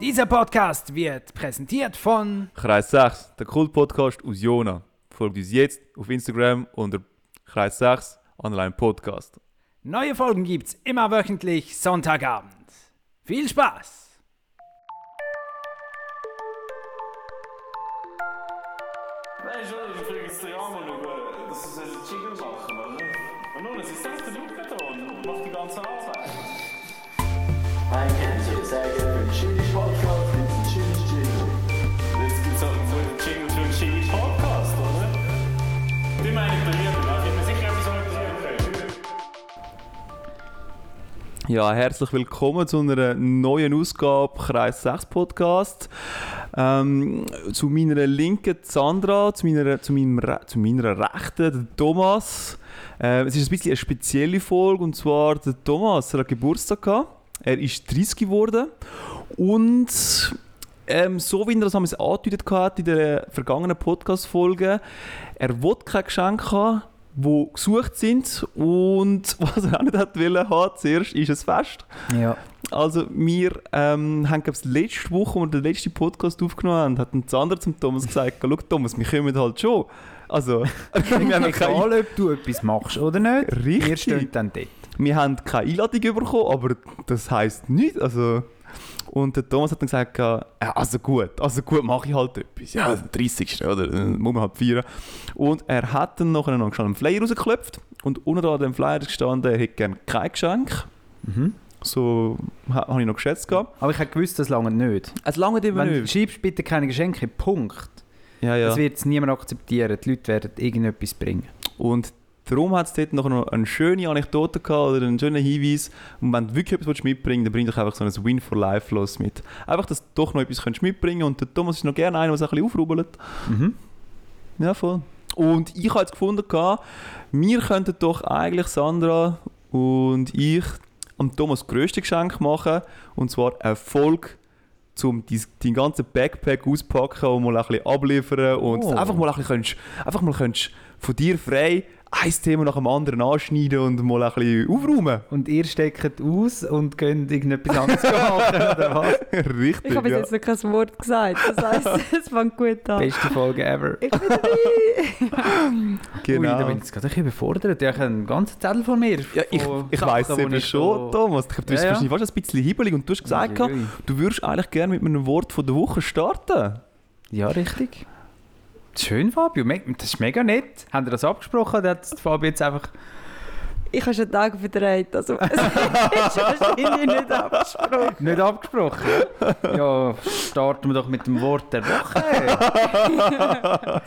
Dieser Podcast wird präsentiert von Kreis 6, der Kult-Podcast aus Jona. Folgt uns jetzt auf Instagram unter Kreis 6 Online Podcast. Neue Folgen gibt's immer wöchentlich Sonntagabend. Viel Spaß! Nein, schon, ich kriege jetzt den Arm schauen. Das ist ein Jingle machen, oder? ne? Und nun, es ist selbst der Luftbeton und macht die ganze Arbeit. I can't say it's that different. Shitty podcast, it's a shitty shitty. Jetzt gibt es auch einen guten Jingle für einen Jingle Podcast, oder? Die meine ich bei mir, aber ich bin sicher, dass ich so etwas empfehlen Ja, herzlich willkommen zu einer neuen Ausgabe Kreis 6 Podcast. Ähm, zu meiner linken Sandra, zu meiner, zu meinem, Re- zu meiner rechten der Thomas. Ähm, es ist ein bisschen eine spezielle Folge und zwar der Thomas er hat Geburtstag gehabt. Er ist 30 geworden und ähm, so wie er das damals angedeutet hat in der vergangenen Podcast-Folge, er will keine Geschenke haben, die gesucht sind und was er auch nicht hat wollen haben, zuerst ist es Fest. Ja. Also wir ähm, haben glaube ich letzte Woche, wo wir den letzten Podcast aufgenommen haben, hat ein Zander zum Thomas gesagt, «Schau Thomas, wir kommen halt schon.» Also, wir haben keine, Egal, ob du etwas machst oder nicht, wir richtig, stehen dann dort. wir haben keine Einladung bekommen, aber das heisst nichts, also... Und der Thomas hat dann gesagt, «Ja, also gut, also gut, mache ich halt etwas. Ja, am 30. oder? Dann Muss man halt feiern. Und er hat dann nachher noch schnell einen Flyer rausgeklopft und unten an dem Flyer ist gestanden, er hätte gerne kein Geschenk. Mhm. So ha- habe ich noch geschätzt gehabt. Aber ich habe gewusst, das lange nicht. Es lange eben Wenn du schreibst, bitte keine Geschenke, Punkt. Ja, ja. Das wird es niemand akzeptieren. Die Leute werden irgendetwas bringen. Und darum hat es dort nachher noch eine schöne Anekdote gehabt oder einen schönen Hinweis. Und wenn du wirklich etwas willst mitbringen dann bring doch einfach so ein Win for Life los mit. Einfach, dass du doch noch etwas könntest mitbringen und der Thomas ist noch gerne einer, der es ein bisschen aufrubbelt. Mhm. Ja, voll. Und ich habe jetzt gefunden, gehabt, wir könnten doch eigentlich Sandra und ich am Thomas das grösste Geschenk machen. Und zwar Erfolg, um dein, deinen ganzen Backpack auspacken und mal ein bisschen abliefern. Und Oh. einfach mal, ein bisschen, könntest- einfach mal könntest von dir frei ein Thema nach dem anderen anschneiden und mal ein bisschen aufräumen. Und ihr steckt aus und könnt irgendetwas anderes machen, oder was? Richtig. Ich habe ja. jetzt noch kein Wort gesagt. Das heisst, es fängt gut an. Beste Folge ever. Ich bin dabei. Ui, da genau. bin ich jetzt gerade ein bisschen überfordert. Ich habe einen ganzen Zettel von mir. ja, ich von ich Sachen, weiss es die eben ich schon, Thomas. Ich glaube, du Ja, bist ja. wahrscheinlich fast ein bisschen hibbelig und du hast gesagt, gehabt, Uiuiui. Du würdest eigentlich gerne mit einem Wort von der Woche starten. Ja, richtig. Schön, Fabio. Me- Das ist mega nett. Haben wir das abgesprochen? Oder hat es Fabio jetzt einfach... Ich habe schon einen Tag verdreht. Also, es ist wahrscheinlich nicht abgesprochen. Nicht abgesprochen? ja, starten wir doch mit dem Wort der Woche.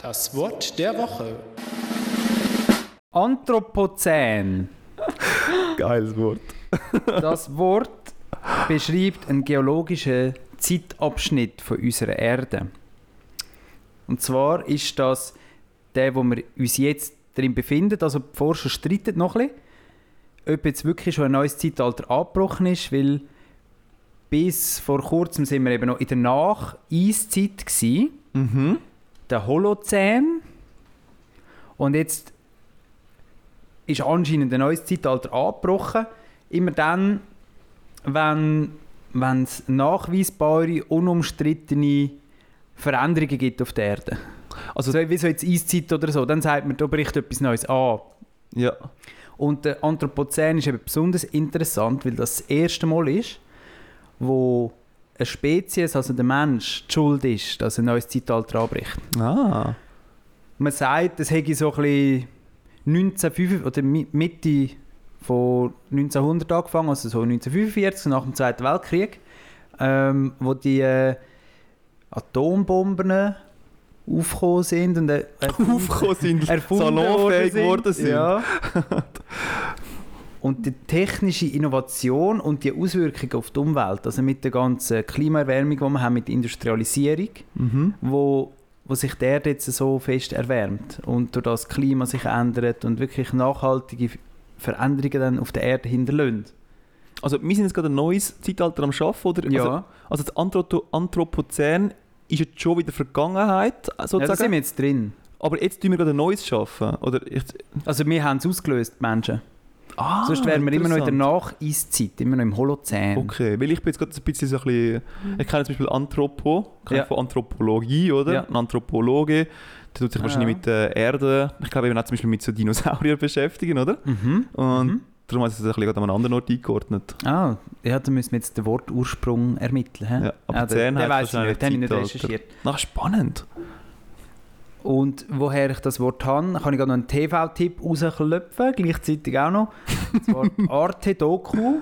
Das Wort der Woche. Anthropozän. Geiles Wort. Das Wort beschreibt einen geologischen Zeitabschnitt von unserer Erde. Und zwar ist das der, wo wir uns jetzt drin befinden. Also die Forscher streiten noch ein bisschen, ob jetzt wirklich schon ein neues Zeitalter angebrochen ist, weil bis vor kurzem sind wir eben noch in der Nach-Eiszeit gewesen. Mhm. der Holozän. Und jetzt ist anscheinend ein neues Zeitalter angebrochen. Immer dann, wenn wenn es nachweisbare, unumstrittene Veränderungen gibt auf der Erde. Also Also- so, wie so jetzt Eiszeit oder so, dann sagt man, da bricht etwas Neues an. Ja. Und der Anthropozän ist eben besonders interessant, weil das das erste Mal ist, wo eine Spezies, also der Mensch, die schuld ist, dass ein neues Zeitalter anbricht. Ah. Man sagt, es hätte so ein bisschen 1905 oder Mi- Mitte von 1900 angefangen, also so 1945, nach dem Zweiten Weltkrieg, ähm, wo die äh, Atombomben aufgekommen sind und äh, Aufgekommen sind, erfunden salonfähig geworden sind. Ja. Und die technische Innovation und die Auswirkungen auf die Umwelt, also mit der ganzen Klimaerwärmung, die wir haben, mit der Industrialisierung, Mhm. wo, wo sich die Erde jetzt so fest erwärmt und durch das Klima sich ändert und wirklich nachhaltige Veränderungen dann auf der Erde hinterlassen. Also wir sind jetzt gerade ein neues Zeitalter am Schaffen, oder? Also, also das Anthro Anthropozän ist jetzt schon wieder Vergangenheit, äh, ja da sind sozusagen. wir jetzt drin. Aber jetzt tun wir gerade ein neues schaffen. Oder ich, Also wir haben es ausgelöst, die Menschen. Ah, Sonst wären wir immer noch in der interessant. Nacheiszeit, immer noch im Holozän. Okay, weil ich bin jetzt gerade ein bisschen so ein bisschen, ich kenne zum Beispiel Anthropo, ich kenne Mhm. Ja. von Anthropologie, oder? Ja. Ein Anthropologe, der tut sich Ah, wahrscheinlich ja. mit der Erde, ich glaube eben auch zum Beispiel mit so Dinosauriern beschäftigen, oder? Mhm. Und Mhm. darum hat es sich ein bisschen gerade an einen anderen Ort eingeordnet. Ah, ja, dann müssen wir jetzt den Wortursprung ermitteln. hä? Ja, aber Ah, die Zähne den- den hat weiss ich wahrscheinlich nicht, den habe ich nicht Zeitalter. recherchiert. Na, spannend. Und woher ich das Wort habe, kann ich gerade noch einen TV-Tipp rausklöpfen, gleichzeitig auch noch. Das Wort Arte-Doku,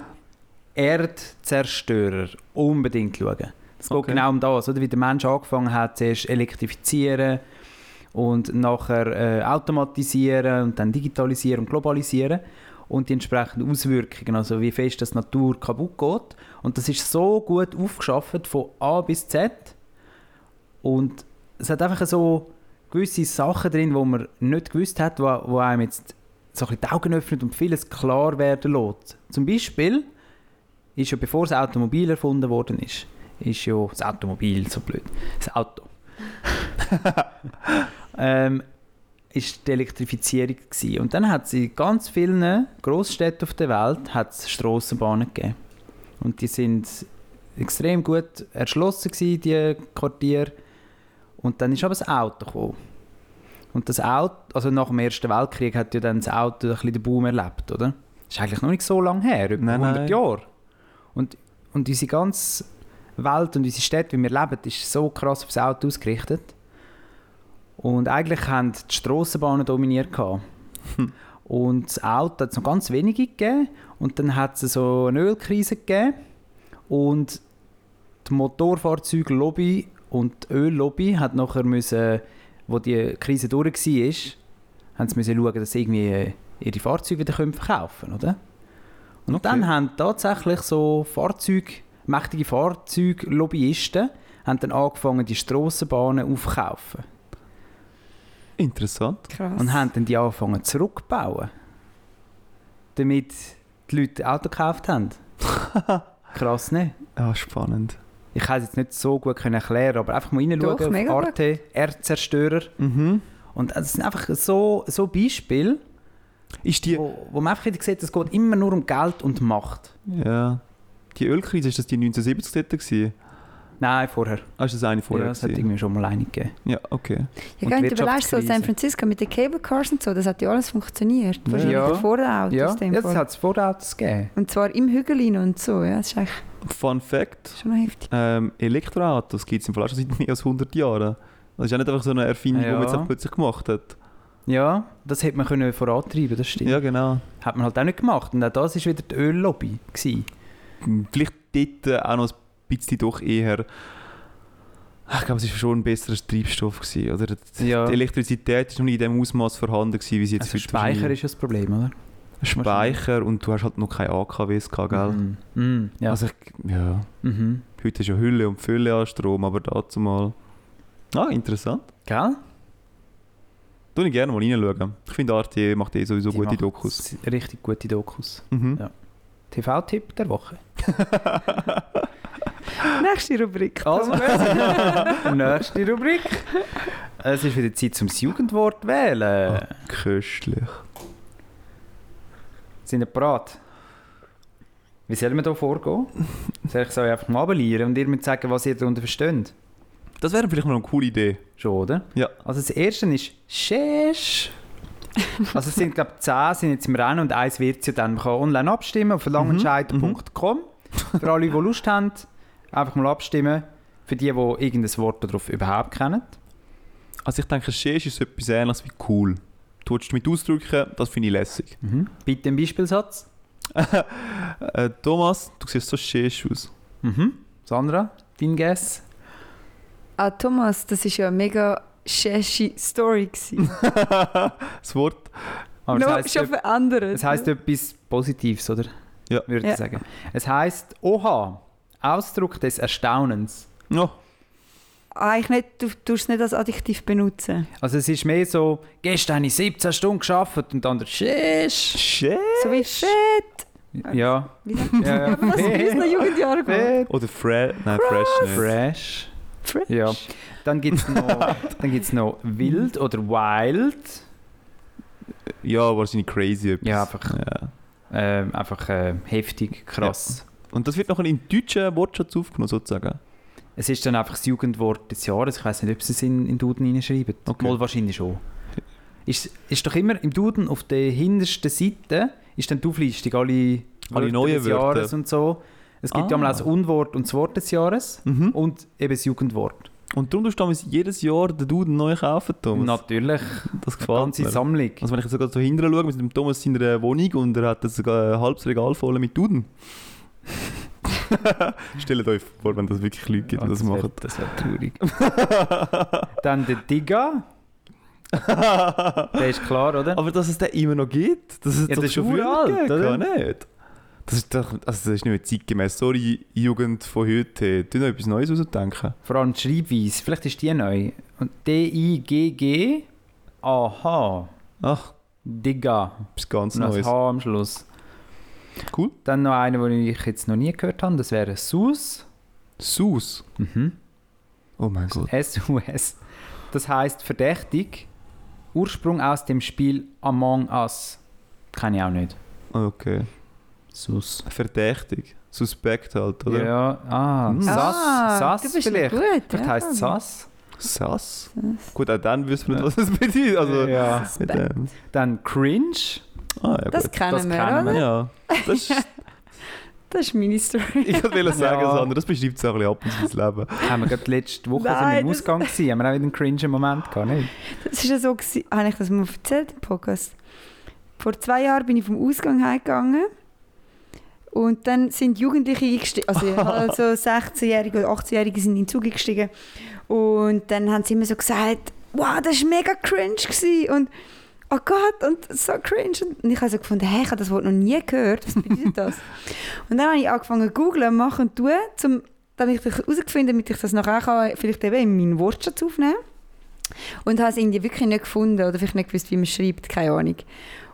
Erdzerstörer. Unbedingt schauen. Es geht Okay. genau um das, oder? wie der Mensch angefangen hat, zuerst elektrifizieren und nachher äh, automatisieren und dann digitalisieren und globalisieren und die entsprechenden Auswirkungen, also wie fest das Natur kaputt geht. Und das ist so gut aufgeschafft von A bis Z und es hat einfach so gewisse Sachen drin, wo man nicht gewusst hat, wo, wo einem jetzt so ein bisschen die Augen öffnet und vieles klar werden lässt. Zum Beispiel ist ja, bevor das Automobil erfunden worden ist, ist ja das Automobil so blöd, das Auto. ähm, ist die Elektrifizierung gewesen. Und dann hat es in ganz vielen Großstädten auf der Welt hat's Strassenbahnen gegeben. Und die sind extrem gut erschlossen gewesen, die Quartiere. Und dann ist aber das Auto gekommen. Und das Auto, also nach dem Ersten Weltkrieg hat ja dann das Auto ein bisschen den Boom erlebt, oder? Das ist eigentlich noch nicht so lange her, über Nein, 100 nein. Jahre. Und, und unsere ganze Welt und unsere Städte, wie wir leben, ist so krass auf das Auto ausgerichtet. Und eigentlich haben die Strassenbahnen dominiert. gehabt. Und das Auto hat es noch ganz wenige gegeben. Und dann hat es so eine Ölkrise gegeben. Und die Motorfahrzeuglobby und die Öllobby hat nachher müssen, wo die Krise durch war, haben sie müssen schauen, dass sie irgendwie äh, ihre Fahrzeuge wieder können verkaufen können, oder? Und Okay. dann haben tatsächlich so Fahrzeug, mächtige Fahrzeuglobbyisten haben dann angefangen, die Strassenbahnen aufzukaufen. Interessant. Krass. Und haben dann die angefangen zurückbauen. Damit die Leute Auto gekauft haben. Krass, ne? Ja, spannend. Ich kann es jetzt nicht so gut können erklären, aber einfach mal Doch, reinschauen auf mega gut. Arte, Erdzerstörer. Mhm. Und das sind einfach so, so Beispiele, Ist die, wo, wo man einfach wieder sieht, es geht immer nur um Geld und Macht. ja, die Ölkrise, ist das die 1970er gewesen? Nein, vorher. Ah, ist das eine vorher ja, es hat gewesen? irgendwie schon mal eine gegeben. Ja, okay. ja, und gell, die du überlegst so Wirtschaftskrise. San Francisco mit den Cable Cars und so, das hat ja alles funktioniert. Ja. Wahrscheinlich Ja. vor den Autos. Ja, in dem jetzt Fall. hat es vorher Autos gegeben. Und zwar im Hügelin und so, ja, das ist eigentlich Fun Fact. schon noch heftig. Ähm, Elektroautos gibt es im Fall auch schon seit mehr als 100 Jahren. Das ist ja nicht einfach so eine Erfindung, die man jetzt Ja. auch plötzlich gemacht hat. Ja, das hätte man können vorantreiben, das stimmt. Ja, genau. Hat man halt auch nicht gemacht. Und auch das war wieder die Öllobby. Gewesen. Vielleicht dort äh, auch noch ein bisschen doch eher... Ich glaube, es war schon ein besserer Treibstoff. Gewesen, oder? Die, Ja. die Elektrizität war noch nicht in dem Ausmaß vorhanden, gewesen, wie sie jetzt Also Speicher ist ja das Problem, oder? wahrscheinlich- Speicher und du hast halt noch keine AKWs gehabt, gell? Mhm. Mhm. Ja. Also ich, ja. mhm. Heute ist ja Hülle und Fülle an Strom, aber dazu mal... Ah, interessant. Gell? Tu ich gerne mal reinschauen. Ich finde, RTE macht eh sowieso Die gute machen Dokus. s- Richtig gute Dokus. Mhm. Ja. TV-Tipp der Woche. Nächste Rubrik. Also gut. Also, Nächste Rubrik. Es ist wieder Zeit zum das Jugendwort wählen. Ah. Köstlich. Sind ihr bereit? Wie soll man da vorgehen? Soll ich es euch einfach mal abelieren und ihr mir sagen, was ihr darunter versteht? Das wäre vielleicht noch eine coole Idee. Schon, oder? Ja. Also das erste ist «Shesh». Also es sind, glaube ich, 10 sind jetzt im Rennen und eins wird ja dann. Man kann online abstimmen auf langentscheiden.com. Mhm. Für alle, die Lust haben, einfach mal abstimmen. Für die, die irgendein Wort darauf überhaupt kennen. Also ich denke, Sheesh ist etwas ähnliches wie cool. Du willst damit ausdrücken, das finde ich lässig. Bitte einen Beispielsatz. Äh, Thomas, du siehst so Sheesh aus. Mhm. Sandra, dein Guess? Ah, Thomas, das war ja eine mega schäsche Story. gewesen. das Wort. Aber Nur es schon heisst, verändert. es heisst etwas Positives, oder? Ja. Würde Ja. ich sagen. Es heisst «Oha». Ausdruck des Erstaunens. Ja, Ah, ich nicht, du tust es nicht als Adjektiv benutzen. Also es ist mehr so, gestern habe ich 17 Stunden gearbeitet und dann der «Shesh». Sheesh. So wie Shit. Ja. Wie sagt man Ja, ja. das? Was in unseren Jugendjahren geht. Oder Fre Nein, Fresh nicht. Fresh. Fresh. Ja. Dann gibt es noch, dann gibt's noch Wild oder Wild. Ja, wahrscheinlich crazy etwas. Ja, einfach. Ja. äh, einfach äh, heftig, krass. Und das wird nachher in deutschen Wortschatz aufgenommen, sozusagen. Es ist dann einfach das Jugendwort des Jahres. Ich weiß nicht, ob sie es in, in Duden hineinschreiben. Okay. Mal wahrscheinlich schon. Ist, ist doch immer im Duden auf der hintersten Seite ist dann die Auflistung, alle, Alle neuen des Wörter. Jahres und so. Es gibt Ah. ja mal auch das Unwort und das Wort des Jahres Mhm. und eben das Jugendwort. Und darum tust du damals jedes Jahr den Duden neu kaufen, Thomas. Natürlich, das die gefällt ganze mir. Sammlung. Also wenn ich jetzt sogar so hinterher schaue, wir sind mit Thomas in seiner Wohnung und er hat ein äh, halbes Regal voll mit Duden. Stellt euch vor, wenn das wirklich Leute gibt, Ah, die das wär- machen. Das wäre traurig. Dann der Digga, der ist klar, oder? Aber dass es den immer noch gibt, das ist, Ja, doch das ist schon verdammt uralt, gegeben, oder? Kann nicht. Das ist, doch, also das ist nicht mehr zeitgemäß. Sorry, Jugend von heute, tu noch etwas Neues ausdenken. Vor allem die Schreibweise, vielleicht ist die neu. Und D-I-G-G, aha, Ach, Digga. etwas ganz Noch ein Neues. H am Schluss. Cool. Dann noch einer, den ich jetzt noch nie gehört habe, das wäre Sus. Sus. Mhm. Oh mein Gott. S-U-S. Das heißt verdächtig. Ursprung aus dem Spiel Among Us. Kann ich auch nicht. Okay. Sus. Verdächtig. Suspekt halt, oder? Ja, ah, Hm. Sass. Ah, Sass du bist noch vielleicht. gut. Vielleicht ja. heisst es Sass. Sass. Gut, auch dann wissen wir nicht, was das bedeutet. Also, ja. mit dem. Dann Cringe. Ah, ja, Das gut. kennen Das wir, kennen wir. oder? Ja. Das ist, Das ist meine Story. ich wollte sagen, Ja. Sandra, das beschreibt so ein bisschen ab und zu das Leben. Haben wir gerade letzte Woche Nein, sind wir im das- Ausgang gewesen. Haben wir auch wieder einen cringen Moment gehabt, nicht? Das war ja so, gewesen- habe ich das mal erzählt im Podcast? Vor zwei Jahren bin ich vom Ausgang heimgegangen und dann sind Jugendliche eingestiegen, also, ja, also 16-Jährige oder 18-Jährige sind in den Zug eingestiegen und dann haben sie immer so gesagt, wow, das war mega cringe gewesen. und oh Gott, und so cringe. Und ich habe so gefunden, hey, ich habe das Wort noch nie gehört, was bedeutet das? und dann habe ich angefangen zu googlen, machen und tun, zum, damit ich das herausgefunden damit ich das nachher auch kann, vielleicht eben in meinen Wortschatz aufnehmen und habe es irgendwie wirklich nicht gefunden oder vielleicht nicht gewusst, wie man es schreibt, keine Ahnung.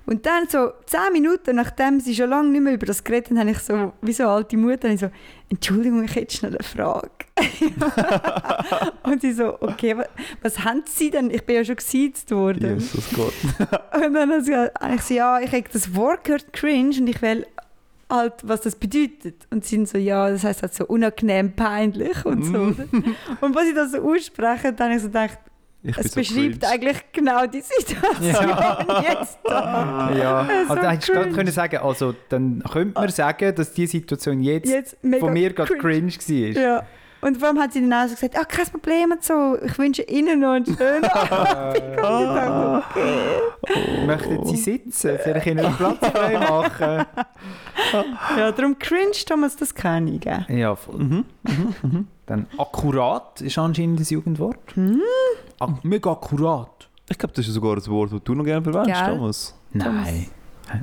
Und dann so zehn Minuten, nachdem sie schon lange nicht mehr über das geredet haben, habe ich so, wie so eine alte Mutter, habe ich so, Entschuldigung, ich hätte schnell eine Frage. und sie so, okay, was, was haben sie denn? Ich bin ja schon gesiezt worden. Jesus Gott. Und dann habe ich gesagt- habe ich so, ja, ich habe das Wort gehört, cringe, und ich will halt, was das bedeutet. Und sie sind so, ja, das heisst halt so unangenehm, peinlich und so. oder? und was ich das so ausspreche, dann habe ich so gedacht, Ich es bin so beschreibt cringe. eigentlich genau die Situation jetzt da. Ja, also so da hättest du gerade Ah. cringe. können sagen, also dann könnte man sagen, dass die Situation jetzt, Jetzt mega von mir gerade cringe. cringe, war. Ja. Und warum hat sie dann auch so gesagt, ah, kein Problem und so, ich wünsche Ihnen noch einen schönen Ah. Abend. Ich habe gedacht, Möchten sie sitzen? Soll ich ihnen einen Platz frei machen? ja, darum cringe, Thomas, das kann ich, gell? Ja, voll. mhm, Dann akkurat ist anscheinend das Jugendwort. Ak- mega akkurat. Ich glaube, das ist sogar ein Wort, das du noch gerne verwendest, Gell? Thomas. Nein.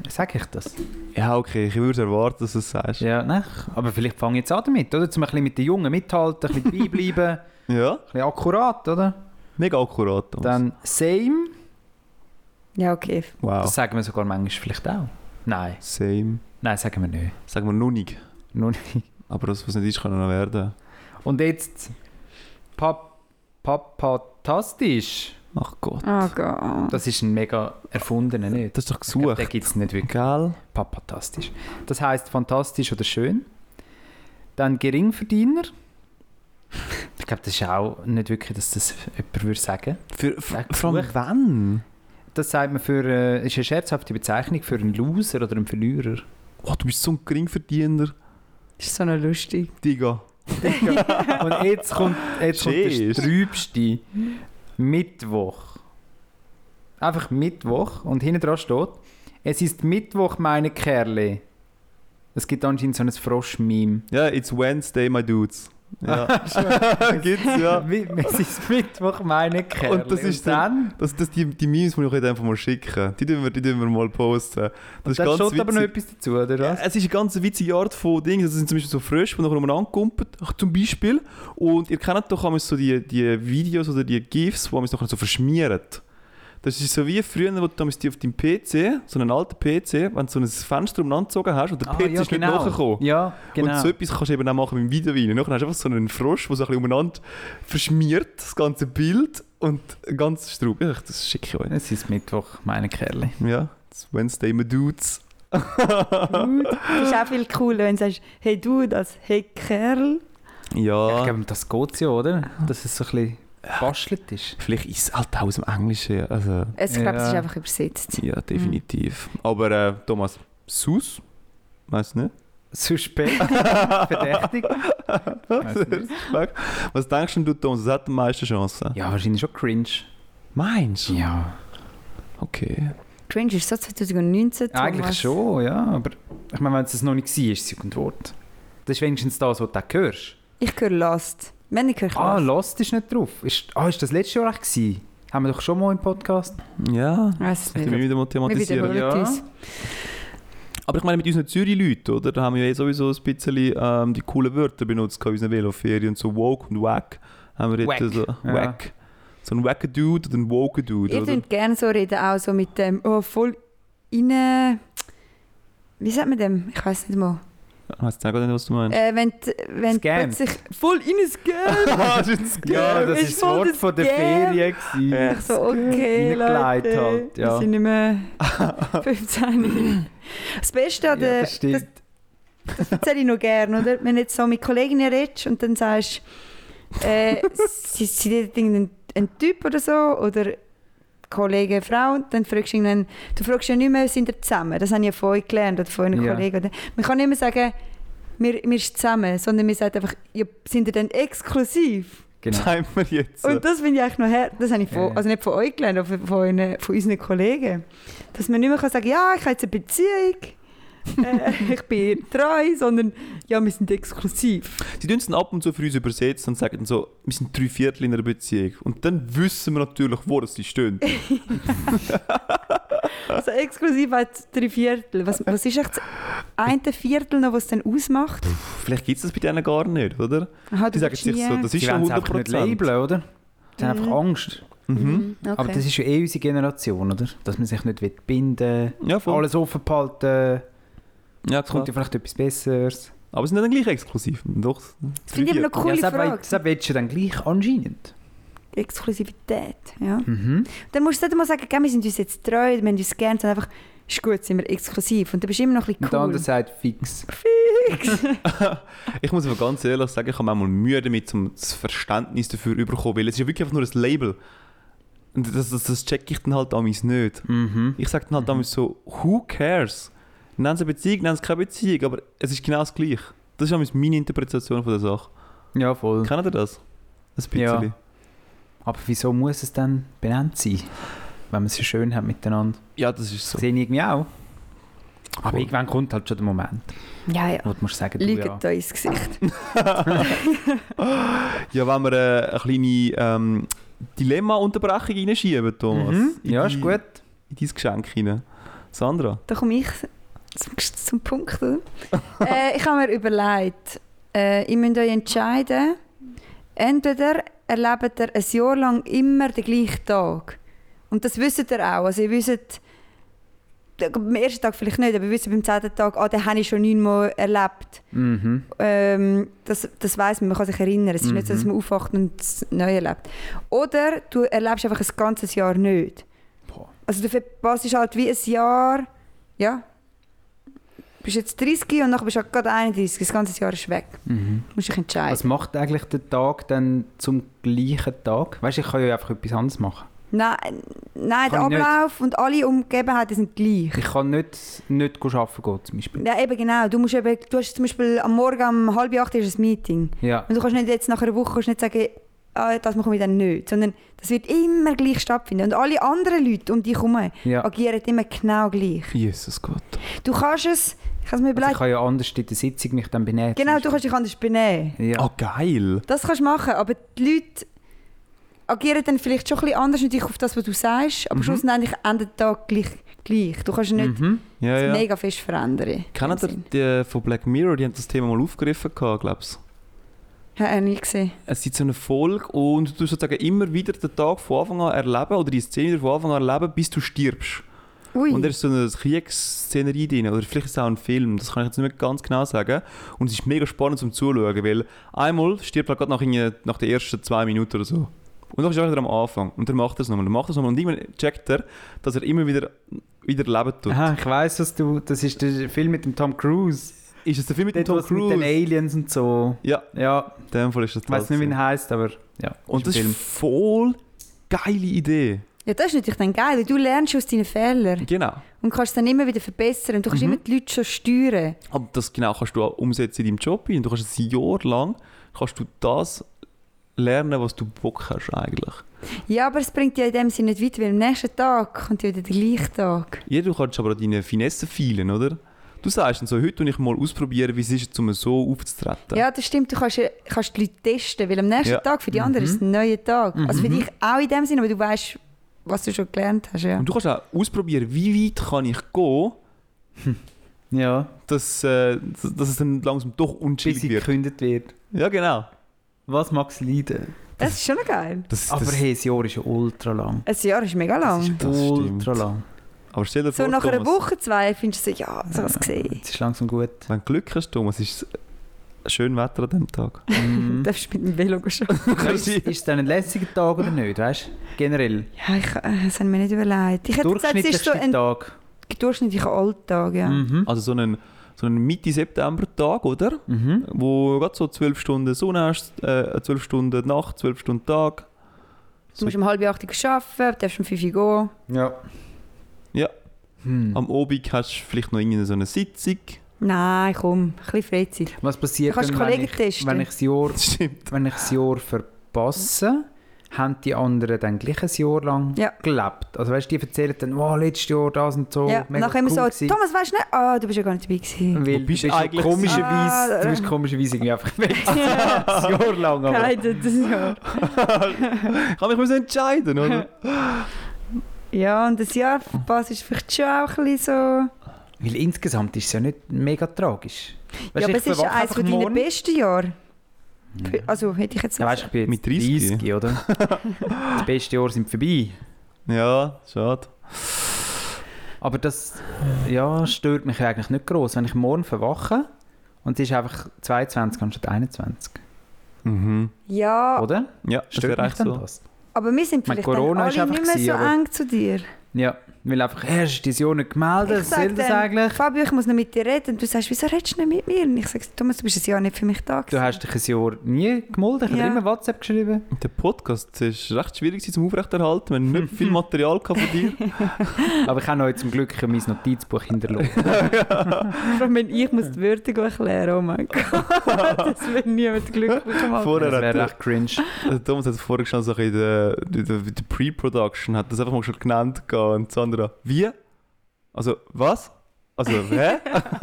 Sag ich das? Ja, okay, ich würde erwarten, dass du es sagst. Ja. Ja, nein. Aber vielleicht fange ich jetzt an damit, oder? Zum ein bisschen mit den Jungen mithalten, ein bisschen beibleiben, ein bisschen akkurat, oder? Mega akkurat, Thomas. Dann same. Ja, okay. Das wow. sagen wir sogar manchmal vielleicht auch. Nein, Same. nein, sagen wir nicht. Sagen wir noch nicht. Nur nicht. Aber das, was nicht ist, kann noch werden. Und jetzt Pap Papatastisch. Ach Gott. Oh Gott. Das ist ein mega erfundener, nicht? Das ist doch Ich glaub, Den gesucht. gibt es nicht wirklich. Gell? Papatastisch. Das heißt fantastisch oder schön. Dann Geringverdiener. Ich glaube, das ist auch nicht wirklich, dass das jemand würde sagen. Für, für, Gesucht. von wann? Das sagt man für, äh, ist eine scherzhafte Bezeichnung für einen Loser oder einen Verlierer. Oh, du bist so ein Geringverdiener. Das ist so noch lustig. Digga. Und jetzt kommt, jetzt kommt Tschüss. das trübste Mittwoch. Einfach Mittwoch und hinten dran steht, es ist Mittwoch, meine Kerle. Es gibt anscheinend so ein Frosch-Meme. Ja, it's Wednesday, my dudes. Ja. Ah, Gibt's, ja. Wie- Es ist Mittwoch, meine Kerle. Und das ist dann, Das, das, die, die Memes muss ich euch einfach mal schicken. Die tun wir, die tun wir mal posten. Das ist da ganz steht aber noch witzig. etwas dazu, oder Ja, was? es ist eine ganz witzige Art von Dingen. Das sind zum Beispiel so Frösche, die nachher umeinander kumpeln, zum Beispiel. Und ihr kennt doch einmal so die, die Videos oder die GIFs, die man nachher so verschmiert. Das ist so wie früher, wo du damals die auf deinem PC, so einen alten PC, wenn du so ein Fenster umeinander gezogen hast und der Ah, PC ja, ist genau. nicht nachgekommen. Ja, genau. Und so etwas kannst du eben auch machen beim Video rein. Nachher hast du einfach so einen Frosch, der so ein bisschen umeinander verschmiert, das ganze Bild und ganz Straub. Ja, Das schicke ich euch. es ist Mittwoch, meine Kerle. Ja, das Wednesday, my dudes. Dude. Das ist auch viel cooler, wenn du sagst, hey du, das hey Kerl. Ich Ja, glaube, das geht ja, oder? Dass es so ein bisschen bastelt ist. vielleicht ist es halt auch aus dem Englischen. ja, Also, Also, ich glaube, es Ja. ist einfach übersetzt. ja, definitiv. Aber äh, Thomas, Sus? Weiß nicht. Suspekt, verdächtig. Weiss nicht. Was denkst denn du, Thomas? Das hat die meisten Chancen. Ja, wahrscheinlich schon cringe. Meinst du? Ja. Okay. Cringe ist so 2019. Thomas. Eigentlich schon, ja. Aber ich meine, wenn es das noch nicht war, ist es Jugendwort. Das ist wenigstens das, was du auch hörst. Ich höre Last. Wenn ich höre ich Ah, Last. Lost ist nicht drauf. Ist, ah, ist das letztes Jahr echt gewesen? Haben wir doch schon mal im Podcast? Ja. Weiss es Ich nicht. mich wieder mal Wir thematisieren. Ja. wiederholen uns. Aber ich meine, mit unseren Zürich-Leuten, oder? Da haben wir ja eh sowieso ein bisschen ähm, die coolen Wörter benutzt gehabt in unseren Veloferien. Und so woke und wack haben wir Wack. jetzt so Ja. wack. So ein wacker Dude oder ein woke Dude, Ihr oder? könnt gerne so reden, auch so mit dem, oh, voll inne. Wie sagt man dem? Ich weiß nicht mal. Ich weiß gar nicht, was du meinst. Äh, wenn d- wenn Scam. plötzlich voll inne Scam. Ah, das ist ein Ja, das Ist ist das voll Wort das von der Game. Ferien. gewesen. Ja. ich so, okay, Reingelegt Leute, halt, ja. wir sind nicht mehr 15. Das Beste an Ja, der, das stimmt. erzähle ich noch gerne, oder? Wenn du jetzt so mit Kolleginnen redest und dann sagst, äh, sie, sie datet irgendeinen einen Typ oder so, oder Kollege, Frau, und dann fragst du irgendwann, du fragst ja nicht mehr, sind wir zusammen? Das habe ich ja von euch gelernt oder von euren Ja. Kollegen. Oder? Man kann nicht mehr sagen, wir, wir sind zusammen, sondern man sagt einfach, ja, sind ihr denn exklusiv? Genau. Sagt man jetzt. Und das finde ich eigentlich noch her, das habe ich von, Ja. also nicht von euch gelernt, aber von, von, euren, von unseren Kollegen. Dass man nicht mehr kann sagen ja, ich habe jetzt eine Beziehung, äh, ich bin ihr treu, sondern ja, wir sind exklusiv. Sie tun es dann ab und zu für uns übersetzen und sagen so, wir sind drei Viertel in einer Beziehung. Und dann wissen wir natürlich, wo das sie stehen. Also exklusiv hat drei Viertel. Was, was ist echt das eine Viertel noch, was es dann ausmacht? Vielleicht gibt es das bei denen gar nicht, oder? Aha, Die sagen sich so, das Die ist schon wollen es 100 einfach nicht labeln, oder? Die haben einfach Angst. Mhm. okay. Hm? Aber das ist ja eh unsere Generation, oder? Dass man sich nicht will binden Ja, voll. alles offen behalten, Ja, es kommt klar. ja vielleicht etwas Besseres. Aber sie sind dann gleich exklusiv. Doch. das finde ich aber noch eine coole ja, Frage. Das willst du dann gleich anscheinend. Die Exklusivität, ja. Mhm. Dann musst du nicht mal sagen, gell, wir sind uns jetzt treu, wir haben uns gern, sondern einfach, ist gut, sind wir exklusiv. Und dann bist du immer noch ein Und der bisschen cool. andere sagt fix. Ich muss aber ganz ehrlich sagen, ich habe manchmal Mühe damit, um das Verständnis dafür zu bekommen, weil es ist ja wirklich einfach nur ein Label. Und das, das, das checke ich dann halt damals nicht. Mhm. Ich sage dann halt damals so, who cares? Nennen sie eine Beziehung, nennen sie keine Beziehung, aber es ist genau das Gleiche. Das ist damals meine Interpretation von der Sache. Ja, voll. Kennt ihr das? Ein bisschen. Ja. Aber wieso muss es dann benannt sein? Wenn man es so schön hat miteinander. Ja, das ist so. Das sehe ich irgendwie auch. Aber Voll. irgendwann kommt halt schon der Moment, ja, ja. wo du musst sagen, du Lügen ja. da ins Gesicht. Ja, wenn wir äh, eine kleine ähm, Dilemma-Unterbrechung reinschieben, Thomas. Mhm. In Ja, die- ist gut. In dein Geschenk rein. Sandra. Da komme ich zum, zum Punkt, oder? äh, ich habe mir überlegt, äh, ihr müsst euch entscheiden, entweder erlebt ihr ein Jahr lang immer den gleichen Tag. Und das wisst ihr auch. Also ihr wisst, äh, am ersten Tag vielleicht nicht, aber ihr wisst beim zehnten Tag, ah, den habe ich schon neunmal erlebt. Mhm. Ähm, das das weiß man, man kann sich erinnern. Es ist nicht so, dass man aufwacht und es neu erlebt. Oder du erlebst einfach ein ganzes Jahr nicht. Boah. Also du verpasst halt wie ein Jahr, ja, bist jetzt 30 und nachher bist du halt gerade 31, das ganze Jahr ist weg. Mhm. Musst dich entscheiden. Was macht eigentlich der Tag dann zum gleichen Tag? Weißt du, ich kann ja einfach etwas anderes machen. Nein, nein der Kann ich nicht. Ablauf und alle Umgebenheiten sind gleich. Ich kann nicht, nicht go arbeiten gehen, zum Beispiel. Ja, eben genau. Du, musst eben, du hast zum Beispiel am Morgen um halb acht ist ein Meeting. Ja. Und Also du kannst nicht jetzt nach einer Woche kannst nicht sagen, ah, das machen wir dann nicht, sondern das wird immer gleich stattfinden. Und alle anderen Leute um dich herum ja. agieren immer genau gleich. Jesus Gott. Du kannst es, ich habe es mir Also überlegt, ich kann ja anders in der Sitzung mich dann benehmen. genau, du zum kannst dich anders benehmen. Beispiel. Ja. Ah, geil. Das kannst du machen, aber die Leute agieren dann vielleicht schon ein bisschen anders natürlich auf das, was du sagst, aber schlussendlich endet der Tag gleich. gleich. Du kannst nicht Mhm. Ja, ja. mega fest verändern. Kennt Im Sinn. ihr die von Black Mirror? Die haben das Thema mal aufgegriffen, glaube ich. Habe ich nie gesehen. Es gibt so eine Folge und du sozusagen immer wieder den Tag von Anfang an erleben oder die Szene wieder von Anfang an erleben, bis du stirbst. Ui. Und da ist so eine Kriegsszenerie drin, oder vielleicht ist es auch ein Film, das kann ich jetzt nicht mehr ganz genau sagen. Und es ist mega spannend zum Zuschauen, weil einmal stirbt er gerade nach, irgendwie- nach den ersten zwei Minuten oder so. Und dann ist er wieder am Anfang und dann macht er es nochmal, dann macht er es nochmal und irgendwann checkt er, dass er immer wieder wieder leben tut. Aha, ich weiss, was du. Das ist der Film mit dem Tom Cruise. Ist es der Film mit dem Dort, Tom was mit den Cruise? Aliens und so. Ja, Ja, in dem Fall ist das ich weiß das nicht, wie gewesen. er heißt, aber ja. Und das ein ist voll geile Idee. Ja, das ist natürlich dann geil, weil du lernst aus deinen Fehlern Genau. und kannst es dann immer wieder verbessern und du kannst immer die Leute schon steuern. Aber das genau kannst du auch umsetzen in deinem Job. Und du kannst ein Jahr lang kannst du das lernen, was du Bock hast eigentlich. Ja, aber es bringt ja in dem Sinne nicht weiter, weil am nächsten Tag kommt ja wieder der gleiche Tag. Ja, du kannst aber an deine Finesse feilen, oder? Du sagst dann so, heute will ich mal ausprobieren, wie es ist, um so aufzutreten. Ja, das stimmt, du kannst, ja- kannst die Leute testen, weil am nächsten Ja. Tag für die anderen ist es ein neuer Tag. Also für dich auch in dem Sinne, aber du weißt, was du schon gelernt hast. Ja. Und du kannst auch ausprobieren, wie weit kann ich gehen, Film. Ja, dass, äh, dass dass es dann langsam doch bis unschillig sie wird. gekündigt wird. Ja, genau. Was mag es leiden? Das ist schon geil. Das, Aber das, hey, das Jahr ist ja ultra lang. Ein Jahr ist mega Das lang. ist Das ultra stimmt. lang. aber stell dir So vor, nach einer Thomas, Woche, zwei findest du so, ja, so was gesehen. Jetzt ist langsam gut. wenn du Glück hast, Thomas, ist es schön Wetter an diesem Tag. Mhm. Du darfst mit dem Velo schauen. Ja, ist, ist es dann ein lässiger Tag oder nicht? Weißt generell. Ja, ich, äh, das haben wir nicht überlegt. Ich hätte gesagt, es ist so Durchschnittlichste ein Tag. durchschnittlicher Alltag, ja. Mhm. Also so einen, so einen Mitte-September-Tag, oder? Mhm. Wo gerade so 12 Stunden Sonne hast, äh, 12 Stunden Nacht, 12 Stunden Tag. Du musst um halb acht Uhr arbeiten, du darfst um fünf Uhr gehen. Ja. Ja. Hm. Am Abend hast du vielleicht noch irgendeine so eine Sitzung. Nein, komm, ein bisschen Freizeit. Was Du passiert kannst dann, wenn Kollegen ich, testen. wenn ich das Jahr, Das stimmt. wenn ich das Jahr verpasse? Haben die anderen dann gleich ein Jahr lang Ja. gelebt? Also weißt du, die erzählen dann, wow, letztes Jahr das und so. ja, mega nachher immer cool so, gewesen. Mhm. Thomas, weißt du nicht? Ah, du bist ja gar nicht dabei gewesen. Weil Wo du bist bist du ja eigentlich komischerweise, gewesen? du bist komischerweise irgendwie einfach weg. ein Jahr lang. Aber. Kein, das ist ja. Ich habe mich müssen entscheiden, oder? Ja, und das Jahr verpasst ist vielleicht schon auch ein bisschen Weil insgesamt ist es ja nicht mega tragisch. so. Ja, aber es ist ja eines von deinen besten Jahren. Für- Also, hätte ich jetzt Mhm. Ja, weißt, ich bin jetzt Mit 30? oder? die besten Jahre sind vorbei. Ja, schade. Aber das ja, stört mich ja eigentlich nicht groß, wenn ich morgen verwache und es ist einfach 22 anstatt 21, Mhm. Ja, oder? Ja, das Stört wäre mich echt dann so. das? aber wir sind Mein vielleicht Corona dann ist alle einfach nicht mehr so gewesen, aber- eng zu dir. Ja, weil einfach, er ist dieses Jahr nicht gemeldet, was soll das dann, eigentlich? Fabio, ich muss noch mit dir reden. Und du sagst, wieso redest du nicht mit mir? Und ich sage, Thomas, du bist ein Jahr nicht für mich da Du gewesen. hast dich ein Jahr nie gemeldet, ich Ja. habe immer WhatsApp geschrieben. Der Podcast ist recht schwierig gewesen zum Aufrechterhalten. Wir haben nicht viel Material gehabt von dir. Aber ich habe euch zum Glück mein Notizbuch hinterlassen. Vor allem, wenn ich muss die Wörter gleich lernen, oh mein Gott. das wird niemand Glück bekommen. Vorher Das wäre hat echt cringe. der, der Thomas hat vorher schon so ein bisschen in der, in der, in der Pre-Production hat das einfach mal schon genannt gehabt. und Sandra, wie? Also, was? Also, hä?